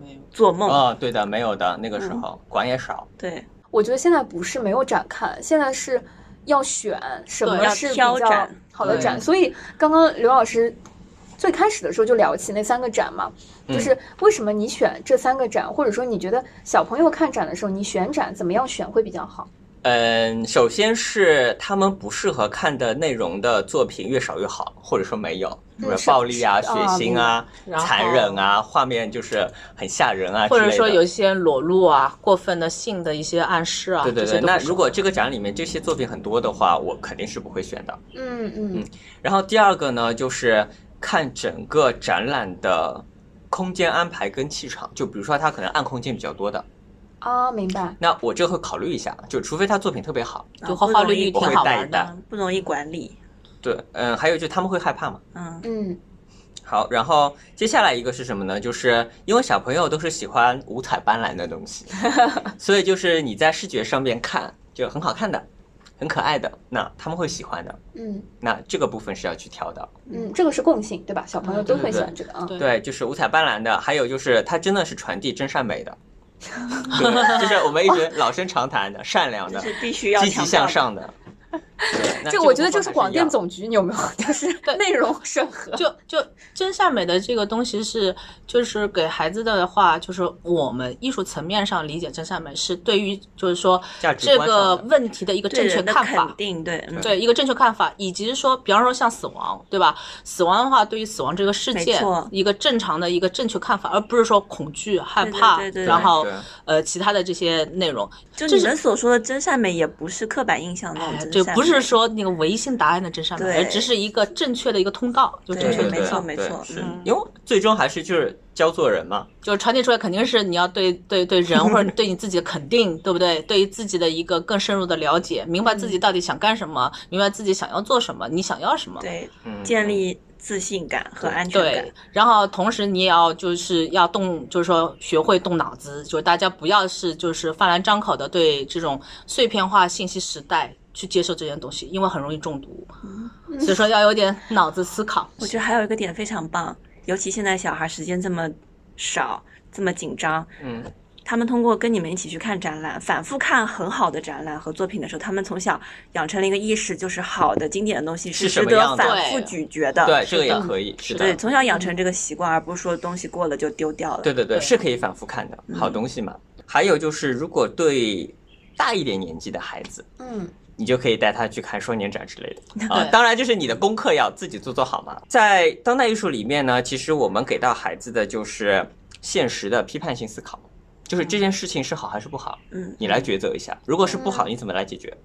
没有。做梦。啊、对的，没有的，那个时嗯候管也少，对，我觉得现在不是没有展看，现在是要选什么对是比要挑较展好的展。对所以刚刚刘老师最开始的时候就聊起那三个展嘛，嗯就是为什么你选这三个展，或者说你觉得小朋友看展的时候，你选展怎么样选会比较好？嗯，首先是他们不适合看的内容的作品越少越好，或者说没有，什么是暴力啊、嗯是嗯血腥啊、然后残忍啊，画面就是很吓人啊之或类的，者说有一些裸露啊、过分的性的一些暗示啊，对对这些对，都不那是如果这个展里面这些作品很多的话，我肯定是不会选的。嗯嗯然后第二个呢，就是看整个展览的空间安排跟气场，就比如说它可能暗空间比较多的，啊，明白。那我这会考虑一下，就除非他作品特别好，就花花绿绿不挺容易好我会带玩一带的。不容易管理。对，嗯，还有就他们会害怕嘛。嗯，嗯好，然后接下来一个是什么呢？就是因为小朋友都是喜欢五彩斑斓的东西，所以就是你在视觉上面看就很好看的，很可爱的，那他们会喜欢的。嗯那这个部分是要去挑的，嗯，这个是共性对吧？小朋友嗯都对会喜对欢这个啊。对对，就是五彩斑斓的，还有就是它真的是传递真善美的，对，就是我们一直老生常谈的善良这的、是必须要积强极调向的。上的。对那这个个我觉得部分就是还广一电样总局，你有 *laughs* 没有？就是对内容审核。就就真善美的这个东西是，就是给孩子的话，就是我们艺术层面上理解真善美，是对于就是说价值这观个上的问题的一个正对确人的看法肯。定，对，嗯，对一个正确看法，以及说，比方说像死亡，对吧？死亡的话，对于死亡这个事没件错，一个正常的一个正确看法，而不是说恐惧、害对对怕，对对然对后对呃其他的这些内容，就这你是们所说的真善美，也不是刻板印象那种哎，哦真这善美，不是说那个唯心答案的真善美，对而只是一个正确的一个通道，就正对确对的没通错道，没对错，是嗯，因为最终还是就是教做人嘛。就是传递出来肯定是你要对对对人或者 *laughs* 对你自己的肯定，对不对？对于自己的一个更深入的了解，明白嗯自己到底想干什么，明白自己想要做什么，你想要什么。对，嗯建立自信感和安全感对。，然后同时你也要就是要动，就是说学会动脑子，就是大家不要是就是饭来张口的对这种碎片化信息时代去接受这些东西，因为很容易中毒，所以说要有点脑子思考。我觉得还有一个点非常棒，尤其现在小孩时间这么少，这么紧张，嗯，他们通过跟你们一起去看展览，反复看很好的展览和作品的时候，他们从小养成了一个意识，就是好的经典的东西是什值么得样的反复对咀嚼的。对，这个的也可以，呃是的对，，从小养成这个习惯，而不是说东西过了就丢掉了。 *laughs* 对对对，嗯对是可以反复看的好东西嘛。还有就是，如果对大一点年纪的孩子，嗯你就可以带他去看双年展之类的啊。对当然，就是你的功课要自己做做好嘛。在当代艺术里面呢，其实我们给到孩子的就是现实的批判性思考，就是这件事情是好还是不好，嗯，你来抉择一下。如果是不好，你怎么来解决？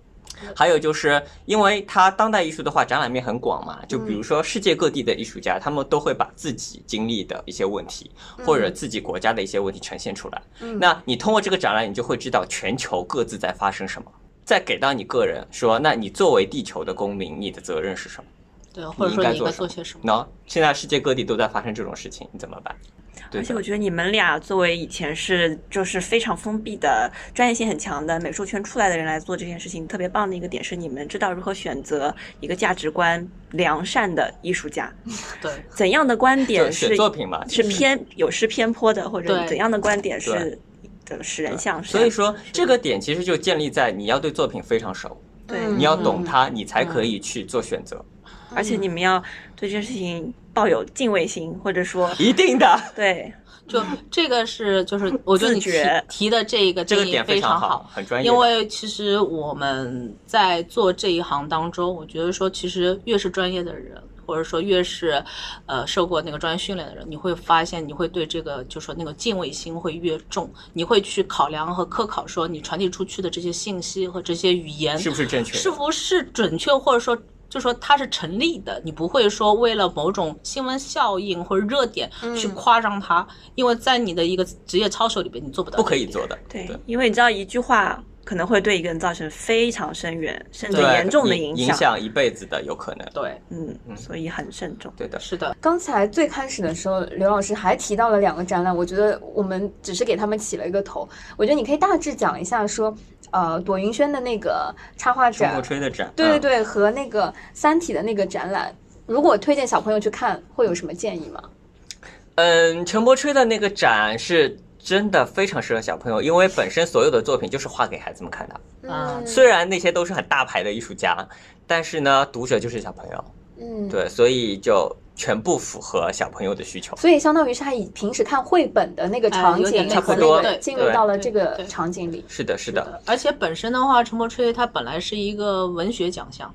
还有就是，因为它当代艺术的话，展览面很广嗯嘛，就比如说世界各地的艺术家，他们都会把自己经历的一些问题，嗯或者自己国家的一些问题呈现出来。嗯那你通过这个展览，你就会知道全球各自在发生什么。再给到你个人说，那你作为地球的公民，你的责任是什么？对，或者应说该你应该做做什些什么？喏、现在世界各地都在发生这种事情，你怎么办？对而且我的，觉得你们俩作为以前是就是非常封闭的、专业性很强的美术圈出来的人来做这件事情，特别棒的一个点是你们知道如何选择一个价值观良善的艺术家，对，怎样的观就点选是作品嘛，啊是偏有失偏颇的，或者对怎样的观点对是的使人向善。所以说这个点其实就建立在你要对作品非常熟，对嗯你要懂它，你才可以去做选择。而且你们要对这件事情抱有敬畏心，或者说一定的，对就这个是就是我觉得你自提觉提的这个这个建议点非常常好，很专业的。因为其实我们在做这一行当中，我觉得说，其实越是专业的人，或者说越是，呃，受过那个专业训练的人，你会发现，你会对这个就说那个敬畏心会越重，你会去考量和科考说你传递出去的这些信息和这些语言是不是正确的？是不是准确，或者说就说它是成立的，你不会说为了某种新闻效应或者热点去嗯夸张它，因为在你的一个职业操守里边，你做不到，不可以做的。对，因为你知道一句话可能会对一个人造成非常深远甚至对，严重的影响。响一辈子的有可能。对，嗯，所以很慎重。对的，是的。刚才最开始的时候，刘老师还提到了两个展览，我觉得我们只是给他们起了一个头。我觉得你可以大致讲一下说，呃，朵云轩的那个插画中国展，吹的展，对对嗯，对，和那个《三体》的那个展览，如果推荐小朋友去看，会有什么建议吗？嗯，陈柏吹的那个展是。真的非常适合小朋友，因为本身所有的作品就是画给孩子们看的。啊嗯，虽然那些都是很大牌的艺术家，但是呢，读者就是小朋友，嗯，对，所以就全部符合小朋友的需求。所以相当于是他以平时看绘本的那个哎场有点景，类似差不多对对进入到了对这个对场景里。是的，是的，而且本身的话，陈伯吹他本来是一个文学奖项，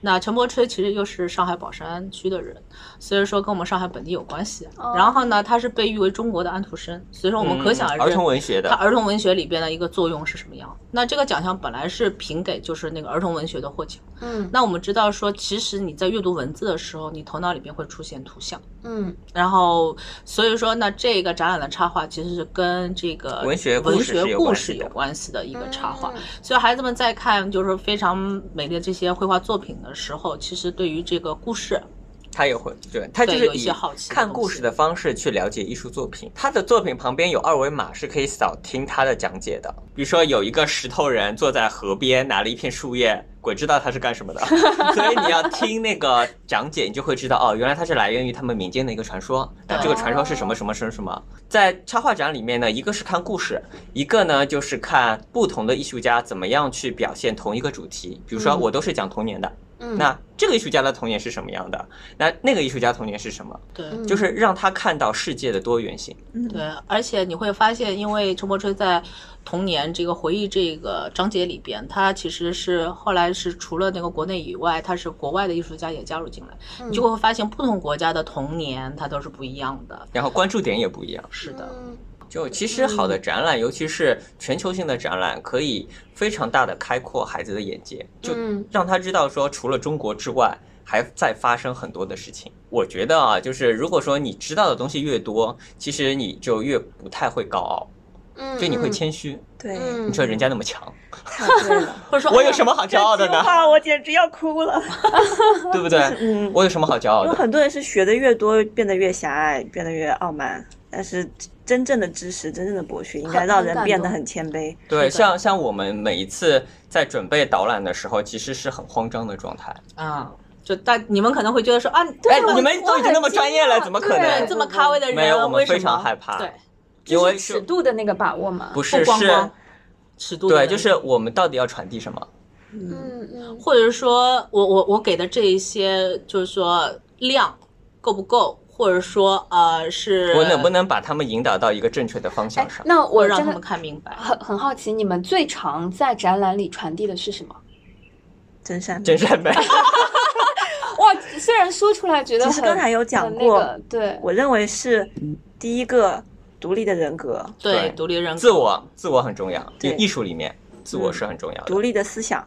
那陈伯吹其实又是上海宝山区的人，所以说跟我们上海本地有关系。哦然后呢，他是被誉为中国的安徒生，所以说我们可想而嗯儿知，童文学它的，儿童文学里边的一个作用是什么样。那这个奖项本来是评给就是那个儿童文学的获奖。嗯那我们知道说，其实你在阅读文字的时候，你头脑里边会出现图像。嗯然后，所以说呢，这个展览的插画其实是跟这个文学故文事是学有故关事系的有关系的一个插画嗯。所以孩子们在看就是非常美丽的这些绘画作品的时候，其实对于这个故事，他也会，对，他就对是有一以些好奇的看东故西事的方式去了解艺术作品。他的作品旁边有二维码，是可以扫听他的讲解的。比如说，有一个石头人坐在河边，拿了一片树叶，鬼知道他是干什么 *laughs* 的。所以你要听那个讲解，你就会知道哦，原来它是来源于他们民间的一个传说。那这个传说是什么什么什么什么？在插画展里面呢，一个是看故事，一个呢就是看不同的艺术家怎么样去表现同一个主题。比如说，嗯我都是讲童年的。嗯，那这个艺术家的童年是什么样的？那那个艺术家童年是什么？对，嗯就是让他看到世界的多元性。对，而且你会发现，因为陈伯吹在童年这个回忆这个章节里边，他其实是后来是除了那个国内以外，他是国外的艺术家也加入进来，嗯嗯你就会发现不同国家的童年它都是不一样的。然后关注点也不一样，是的，嗯就其实好的展览，尤其是全球性的展览，可以非常大的开阔孩子的眼界，就嗯让他知道说，除了中国之外，还在发生很多的事情。我觉得啊，就是如果说你知道的东西越多，其实你就越不太会高傲，嗯，就你会嗯啊谦虚。对，嗯你说人家那么强，太对了，或者说我有什么？么好 *laughs* 骄傲的呢？哇，我简直要哭了。啊对不对？嗯，我有什么好骄傲因为的？很多人是学的越多，变得越狭隘，变得越傲慢。但是真正的知识，真正的博学，应该让人变得很谦卑。对，是的像像我们每一次在准备导览的时候，其实是很慌张的状态。啊、就大你们可能会觉得说啊，哎对，我你们都已经那么专业了，怎么可对能？这么咖位的人，没有，我们为什么非常害怕，对，就因为是是尺度的那个把握嘛。不是不光是光，尺度的对，问就题是我们到底要传递什么？嗯嗯或者是说我我我给的这一些，就是说量够不够，或者说呃是我能不能把他们引导到一个正确的方哎向上？哎那我我让真的他们看明白？很很好奇，你们最常在展览里传递的是什么？真善美真。善 *laughs* 美，哇，虽然说出来觉得其很实刚才有讲很过那个、对，我认为是第一个独立的人格、对独立人格自我，自我很重要。对艺术里面，自我嗯是很重要的。独立的思想，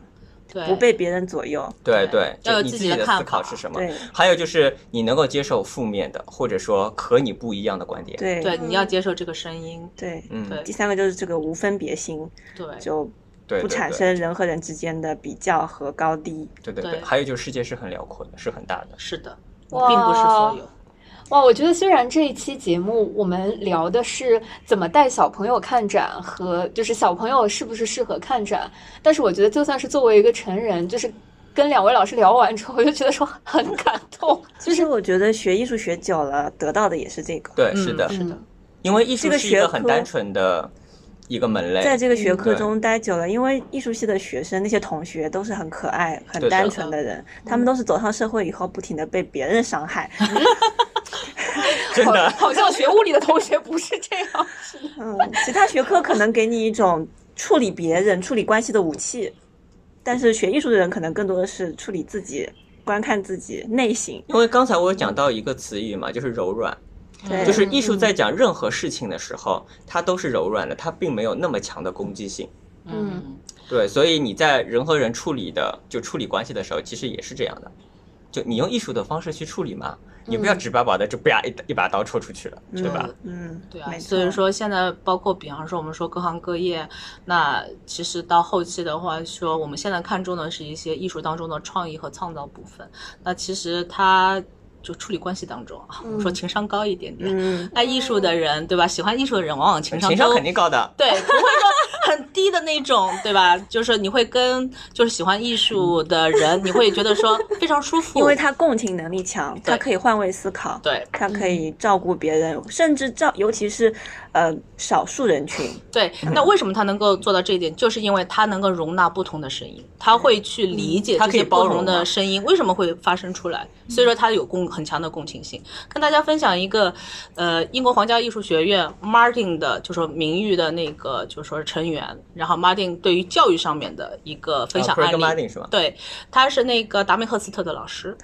对不被别人左右。对对对，要就有你自自己己的的看思考法是什么对？还有就是你能够接受负面的，或者说和你不一样的观点。，对对，你要接受这个声音，对嗯，对第三个就是这个无分别心，对就对，不对产，生人和人之间的比较和高低。对对对对对。还有就是世界是很辽阔的，是很大的。是的，哇并不是所有。哇，我觉得虽然这一期节目我们聊的是怎么带小朋友看展和就是小朋友是不是适合看展，但是我觉得就算是作为一个成人，就是跟两位老师聊完之后，我就觉得说很感动。其实我觉得学艺术学久了，得到的也是这个。对，嗯是的，是的，因为艺术这个是一学个很科单纯的一个门类，在这个学科嗯中待久了，因为艺术系的学生那些同学都是很可爱、很对的单纯的人，他们都是走上社会以后不停的被别人伤害。真的好，好像学物理的同学不是这样。嗯，其他学科可能给你一种处理别人、处理关系的武器，但是学艺术的人可能更多的是处理自己、观看自己内心。因为刚才我有讲到一个词语嘛，就是柔软，对，就是艺术在讲任何事情的时候，它都是柔软的，它并没有那么强的攻击性。嗯对，所以你在人和人处理的就处理关系的时候，其实也是这样的，就你用艺术的方式去处理嘛，嗯你不要直白白的就啪一一把刀戳出去了，对吧？嗯，对啊，没所以错说现在包括比方说我们说各行各业，那其实到后期的话，说我们现在看重的是一些艺术当中的创意和创造部分。那其实它就处理关系当中啊，我们说情商高一点点，嗯，爱艺术的人对吧？喜欢艺术的人往往情商情商都肯定高的，对，不会说很低的那种，对吧？就是你会跟就是喜欢艺术的人，你会觉得说非常舒服，因为他共情能力强，他对可以换位思考。对嗯他可以照顾别人，甚至照，尤其是呃少数人群。对，那为什么他能够做到这一点？就是因为他能够容纳不同的声音，他会去理解嗯他这可以些不包容同的嘛声音为什么会发生出来，所以说他有共很强的共情性。跟大家分享一个，呃，英国皇家艺术学院 Martin 的，就说名誉的那个，就说成员，然后 Martin 对于教育上面的一个分享啊，Craig 案例。 Martin 是吗？对，他是那个达明赫斯特的老师，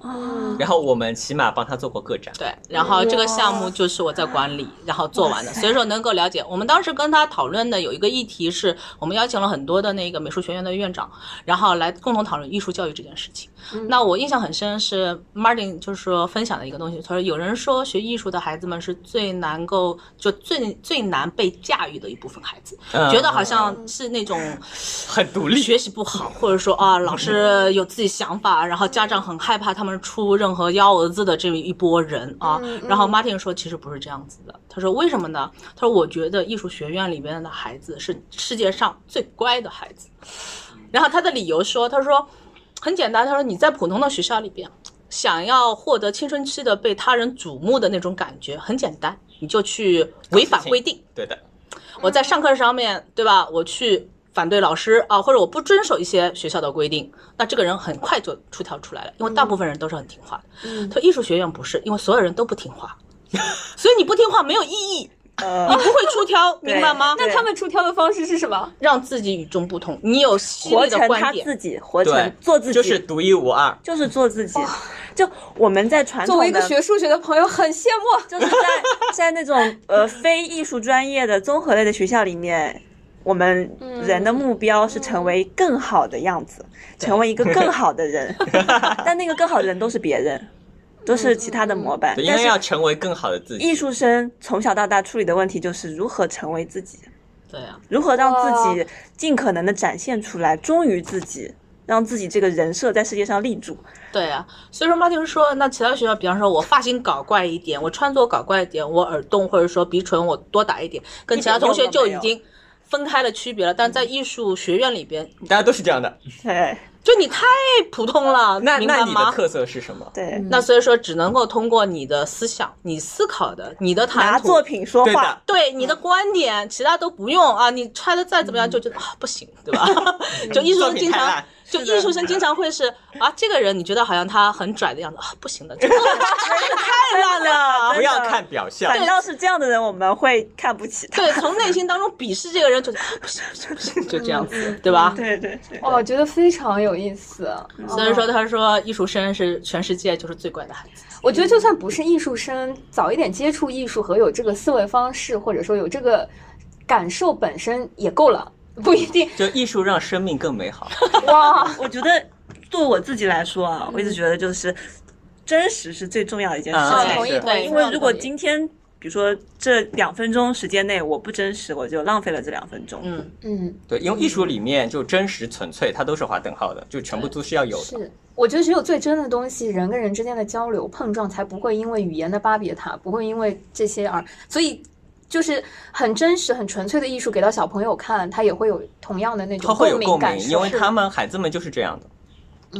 哦，然后我们起码帮他做过个展，对，然后这个项目就是我在管理，然后做完的，所以说能够了解。我们当时跟他讨论的有一个议题是，我们邀请了很多的那个美术学院的院长，然后来共同讨论艺术教育这件事情。那我印象很深是 Martin 就是说分享的一个东西，他说有人说学艺术的孩子们是最难够就最最难被驾驭的一部分孩子，嗯觉得好像是那种。很独立，学习不好，或者说啊，老师有自己想法，然后家长很害怕他们出任何幺蛾子的这一波人啊。嗯嗯然后 Martin 说，其实不是这样子的。他说为什么呢？他说我觉得艺术学院里边的孩子是世界上最乖的孩子。然后他的理由说，他说很简单，他说你在普通的学校里边，想要获得青春期的被他人瞩目的那种感觉，很简单，你就去违反规定。对的，我在上课上面，对吧？我去反对老师啊，或者我不遵守一些学校的规定，那这个人很快就出条出来了，因为大部分人都是很听话的。嗯他说艺术学院不是，因为所有人都不听话，所以你不听话没有意义，你呃不会出挑，明白吗？那 *laughs* 对他们出挑的方式是什么？让自己与众不同，你有犀活利的成他观点。自己，活对成做自己，就是独一无二。就是做自哦己。就我们在传作为一统个的，学数学的朋友，很羡慕。就是在在那种呃非艺术专业的综合类的学校里面，我们人的目标是成为更好的样子，成为一个更好的人。但那个更好的人都是别人，都是其他的模板。对，因但为是要成为更好的自己。艺术生从小到大处理的问题就是如何成为自己，对啊，如何让自己尽可能的展现出来，忠于自己，让自己这个人设在世界上立住。对啊。所以说，马丁说，那其他学校，比方说我发型搞怪一点，我穿着搞怪一点，我耳洞或者说鼻唇我多打一点，跟其他同学就已经分开了区别了。但嗯在艺术学院里边，大家都是这样的。对就你太普通了，那明白那你的吗？特色是什么？对，那所以说，只能够通过你的思想、你思考的、你的拿谈吐作，品说对话的。，对你的观点，其他都不用啊。你穿的再怎么样，就觉得啊不行，对吧？就艺术作生品经太常烂，就艺术生经常会是啊，这个人你觉得好像他很拽的样子啊，不行的，这个人太烂了真不的。要看表象。反倒是这样的人，我们会看不起他。 *laughs* 对，从内心当中鄙视这个人，就觉得啊不行不行不行，就这样子，对吧？对对对，嗯哦，我觉得非常有意思。所以说，他说艺术生是全世界就是最乖的孩子。我觉得就算不是艺术生，早一点接触艺术和有这个思维方式，或者说有这个感受本身也够了，不一定就艺术让生命更美好，哇。我觉得对我自己来说啊，我一直觉得就是真实是最重要的一件事啊哦情。同意是同意，因为如果同意今天，比如说这两分钟时间内我不真实，我就浪费了这两分钟。嗯，嗯对，因为艺术里面就真实纯粹，它都是划等号的，就全部都是要有的。是，我觉得只有最真的东西，人跟人之间的交流碰撞，才不会因为语言的巴别塔，不会因为这些而，所以就是很真实、很纯粹的艺术给到小朋友看，他也会有同样的那它种会有共鸣感，受。因为是他们孩子们就是这样的，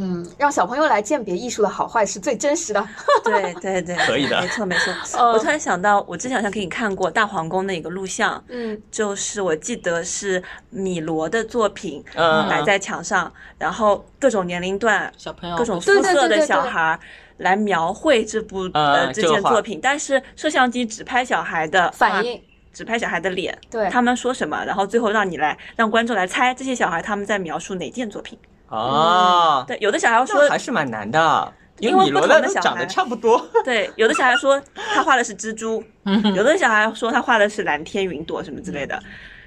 嗯，让小朋友来鉴别艺术的好坏是最真实的。 *laughs* 对对对，可以的没错没 *laughs* 错。嗯我突然想到，我之前好像给你看过大皇宫的一个录像，嗯就是我记得是米罗的作品嗯摆在墙上，然后各种年龄段、小朋友各种会肤色对对对的对小孩儿来描绘这部呃呃这这个件画作品，但是摄像机只拍小孩的 *laughs* 画反应只拍小孩的脸，对他们说什么，然后最后让你来让观众来猜这些小孩他们在描述哪件作品。哦，对，有的小孩那说还，是蛮难的，因因为为米罗不同的的都小长得孩差不多。对，有的小孩说他画的是蜘蛛，嗯有的小孩说他画的是蓝天云朵什么之类的，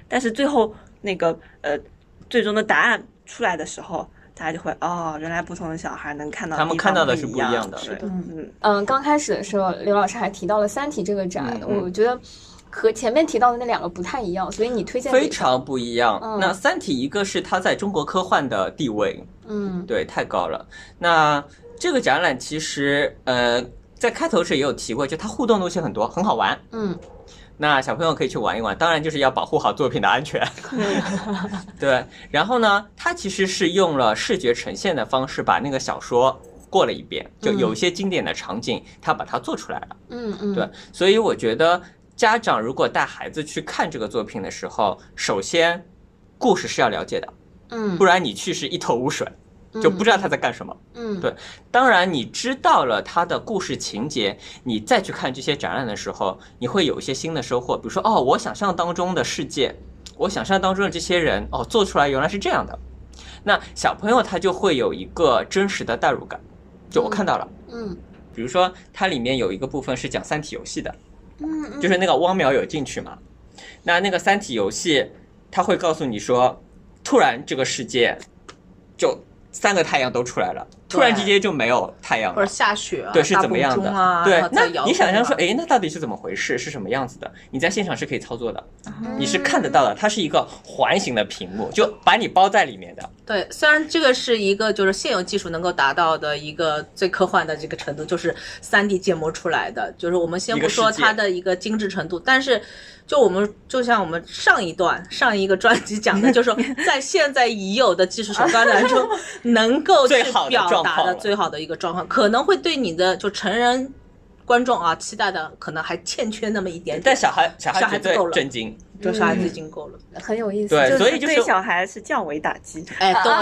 但是最后那个呃最终的答案出来的时候。大家就会哦，原来不同的小孩能看到他们地方看到的不是不一一样的对是嗯，嗯，刚开始的时候，刘老师还提到了《三体》这个展，嗯嗯我觉得和前面提到的那两个不太一样，所以你推荐给 *laughs* 非常不一样。嗯那《三体》一个是它在中国科幻的地位，嗯对，太高了。那这个展览其实，呃，在开头时也有提过，就它互动的东西很多，很好玩。嗯那小朋友可以去玩一玩，当然就是要保护好作品的安全。对，然后呢，它其实是用了视觉呈现的方式把那个小说过了一遍，就有一些经典的场景，它把它做出来了。嗯嗯，对，所以我觉得家长如果带孩子去看这个作品的时候，首先故事是要了解的，嗯不然你去是一头雾水，就不知道他在干什么。嗯对当然，你知道了它的故事情节，你再去看这些展览的时候，你会有一些新的收获。比如说，哦，我想象当中的世界，我想象当中的这些人，哦，做出来原来是这样的。那小朋友他就会有一个真实的代入感，就我看到了。嗯比如说，它里面有一个部分是讲《三体》游戏的，嗯，就是那个汪淼有进去嘛。那那个《三体》游戏，它会告诉你说，突然这个世界就三个太阳都出来了，突然之间就没有太阳或者了。下雪啊，对，是大怎么风样中的？啊、对然后，那再摇你想象说，动啊，哎，那到底是怎么回事？是什么样子的？你在现场是可以操作的，嗯你是看得到的。它是一个环形的屏幕，就把你包在里面的。对，虽然这个是一个就是现有技术能够达到的一个最科幻的这个程度，就是三 D 建模出来的，就是我们先一不个说世界它的一个精致程度，但是就我们就像我们上一段上一个专辑讲的，就是说 *laughs* 在现在已有的技术手段当中，能够去最好的表状达况的了最好的一个状况，可能会对你的就成人观众啊期待的可能还欠缺那么一点点，但小嗯孩小小孩孩绝子够对了震惊，就小孩子已经够了，很有意思。对就是哎所以就是对小孩是降维打击。哎，对。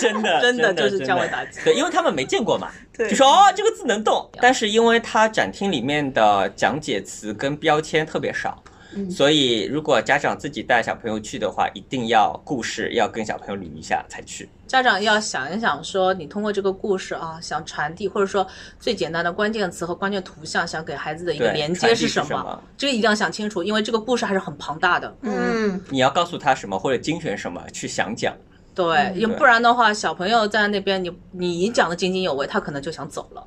真的 *laughs* 真的的就是降维真的打击对，因为他们没见 *laughs* 过嘛，对就说哦这个字能动，但是因为它展厅里面的讲解词跟标签特别少，嗯所以如果家长自己带小朋友去的话，一定要故事要跟小朋友捋一下才去。家长要想一想，说你通过这个故事啊， *laughs* 想传递或者说最简单的关键词和关键图像，想给孩子的一个对连接传递是是什什么这个一定要想清楚，因为这个故事还是很庞大的。嗯你要告诉他什么或者精选什么去详讲。对，嗯要不然的话，小朋友在那边你你讲的津津有味，他可能就想走了。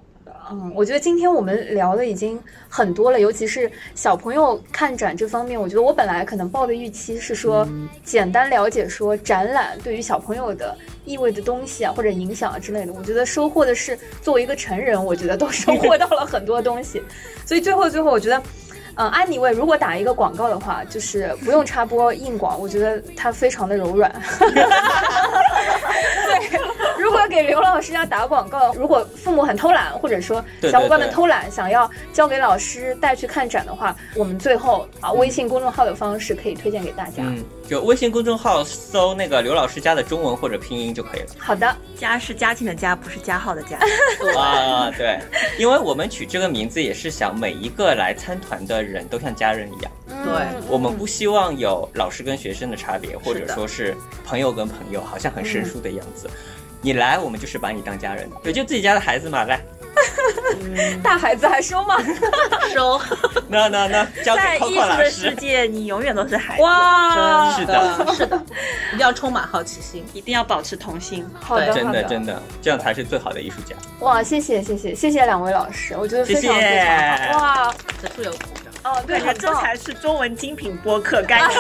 嗯，我觉得今天我们聊的已经很多了，尤其是小朋友看展这方面，我觉得我本来可能抱的预期是说，简单了解说展览对于小朋友的意味的东西啊，或者影响啊之类的。我觉得收获的是，作为一个成人，我觉得都 *laughs* 收获到了很多东西。所以最后最后，我觉得。嗯，安妮味如果打一个广告的话，就是不用插播硬广，我觉得它非常的柔软。 *laughs* 对，如果给刘老师要打广告，如果父母很偷懒，或者说对对小伙伴们对偷懒，想要交给老师带去看展的话，我们最后啊微信公众号的方式可以推荐给大家。嗯，就微信公众号搜那个刘老师家的中文或者拼音就可以了。好的，家是家庭的家，不是加号的 *laughs* 家。啊，对，因为我们取这个名字也是想每一个来参团的人都像家人一样，嗯我们不希望有老师跟学生的差别，或者说是朋友跟朋友，好像很生疏的样子。你来，我们就是把你当家人，对，就自己家的孩子嘛，来，大孩子还收 *laughs* 吗？收，那那那交给在艺 Coco 术老的世师，界，你永远都是孩子，哇，是的， *laughs* 是的，一定要充满好奇心。一定要保持童心。好的，对真好的真的，这样才是最好的艺术家。哇，谢谢谢谢谢谢两位老师，我觉得非常谢谢非常好，哇，此处有鼓掌。哦，对，感觉很这棒。才是中文精品播客该有的。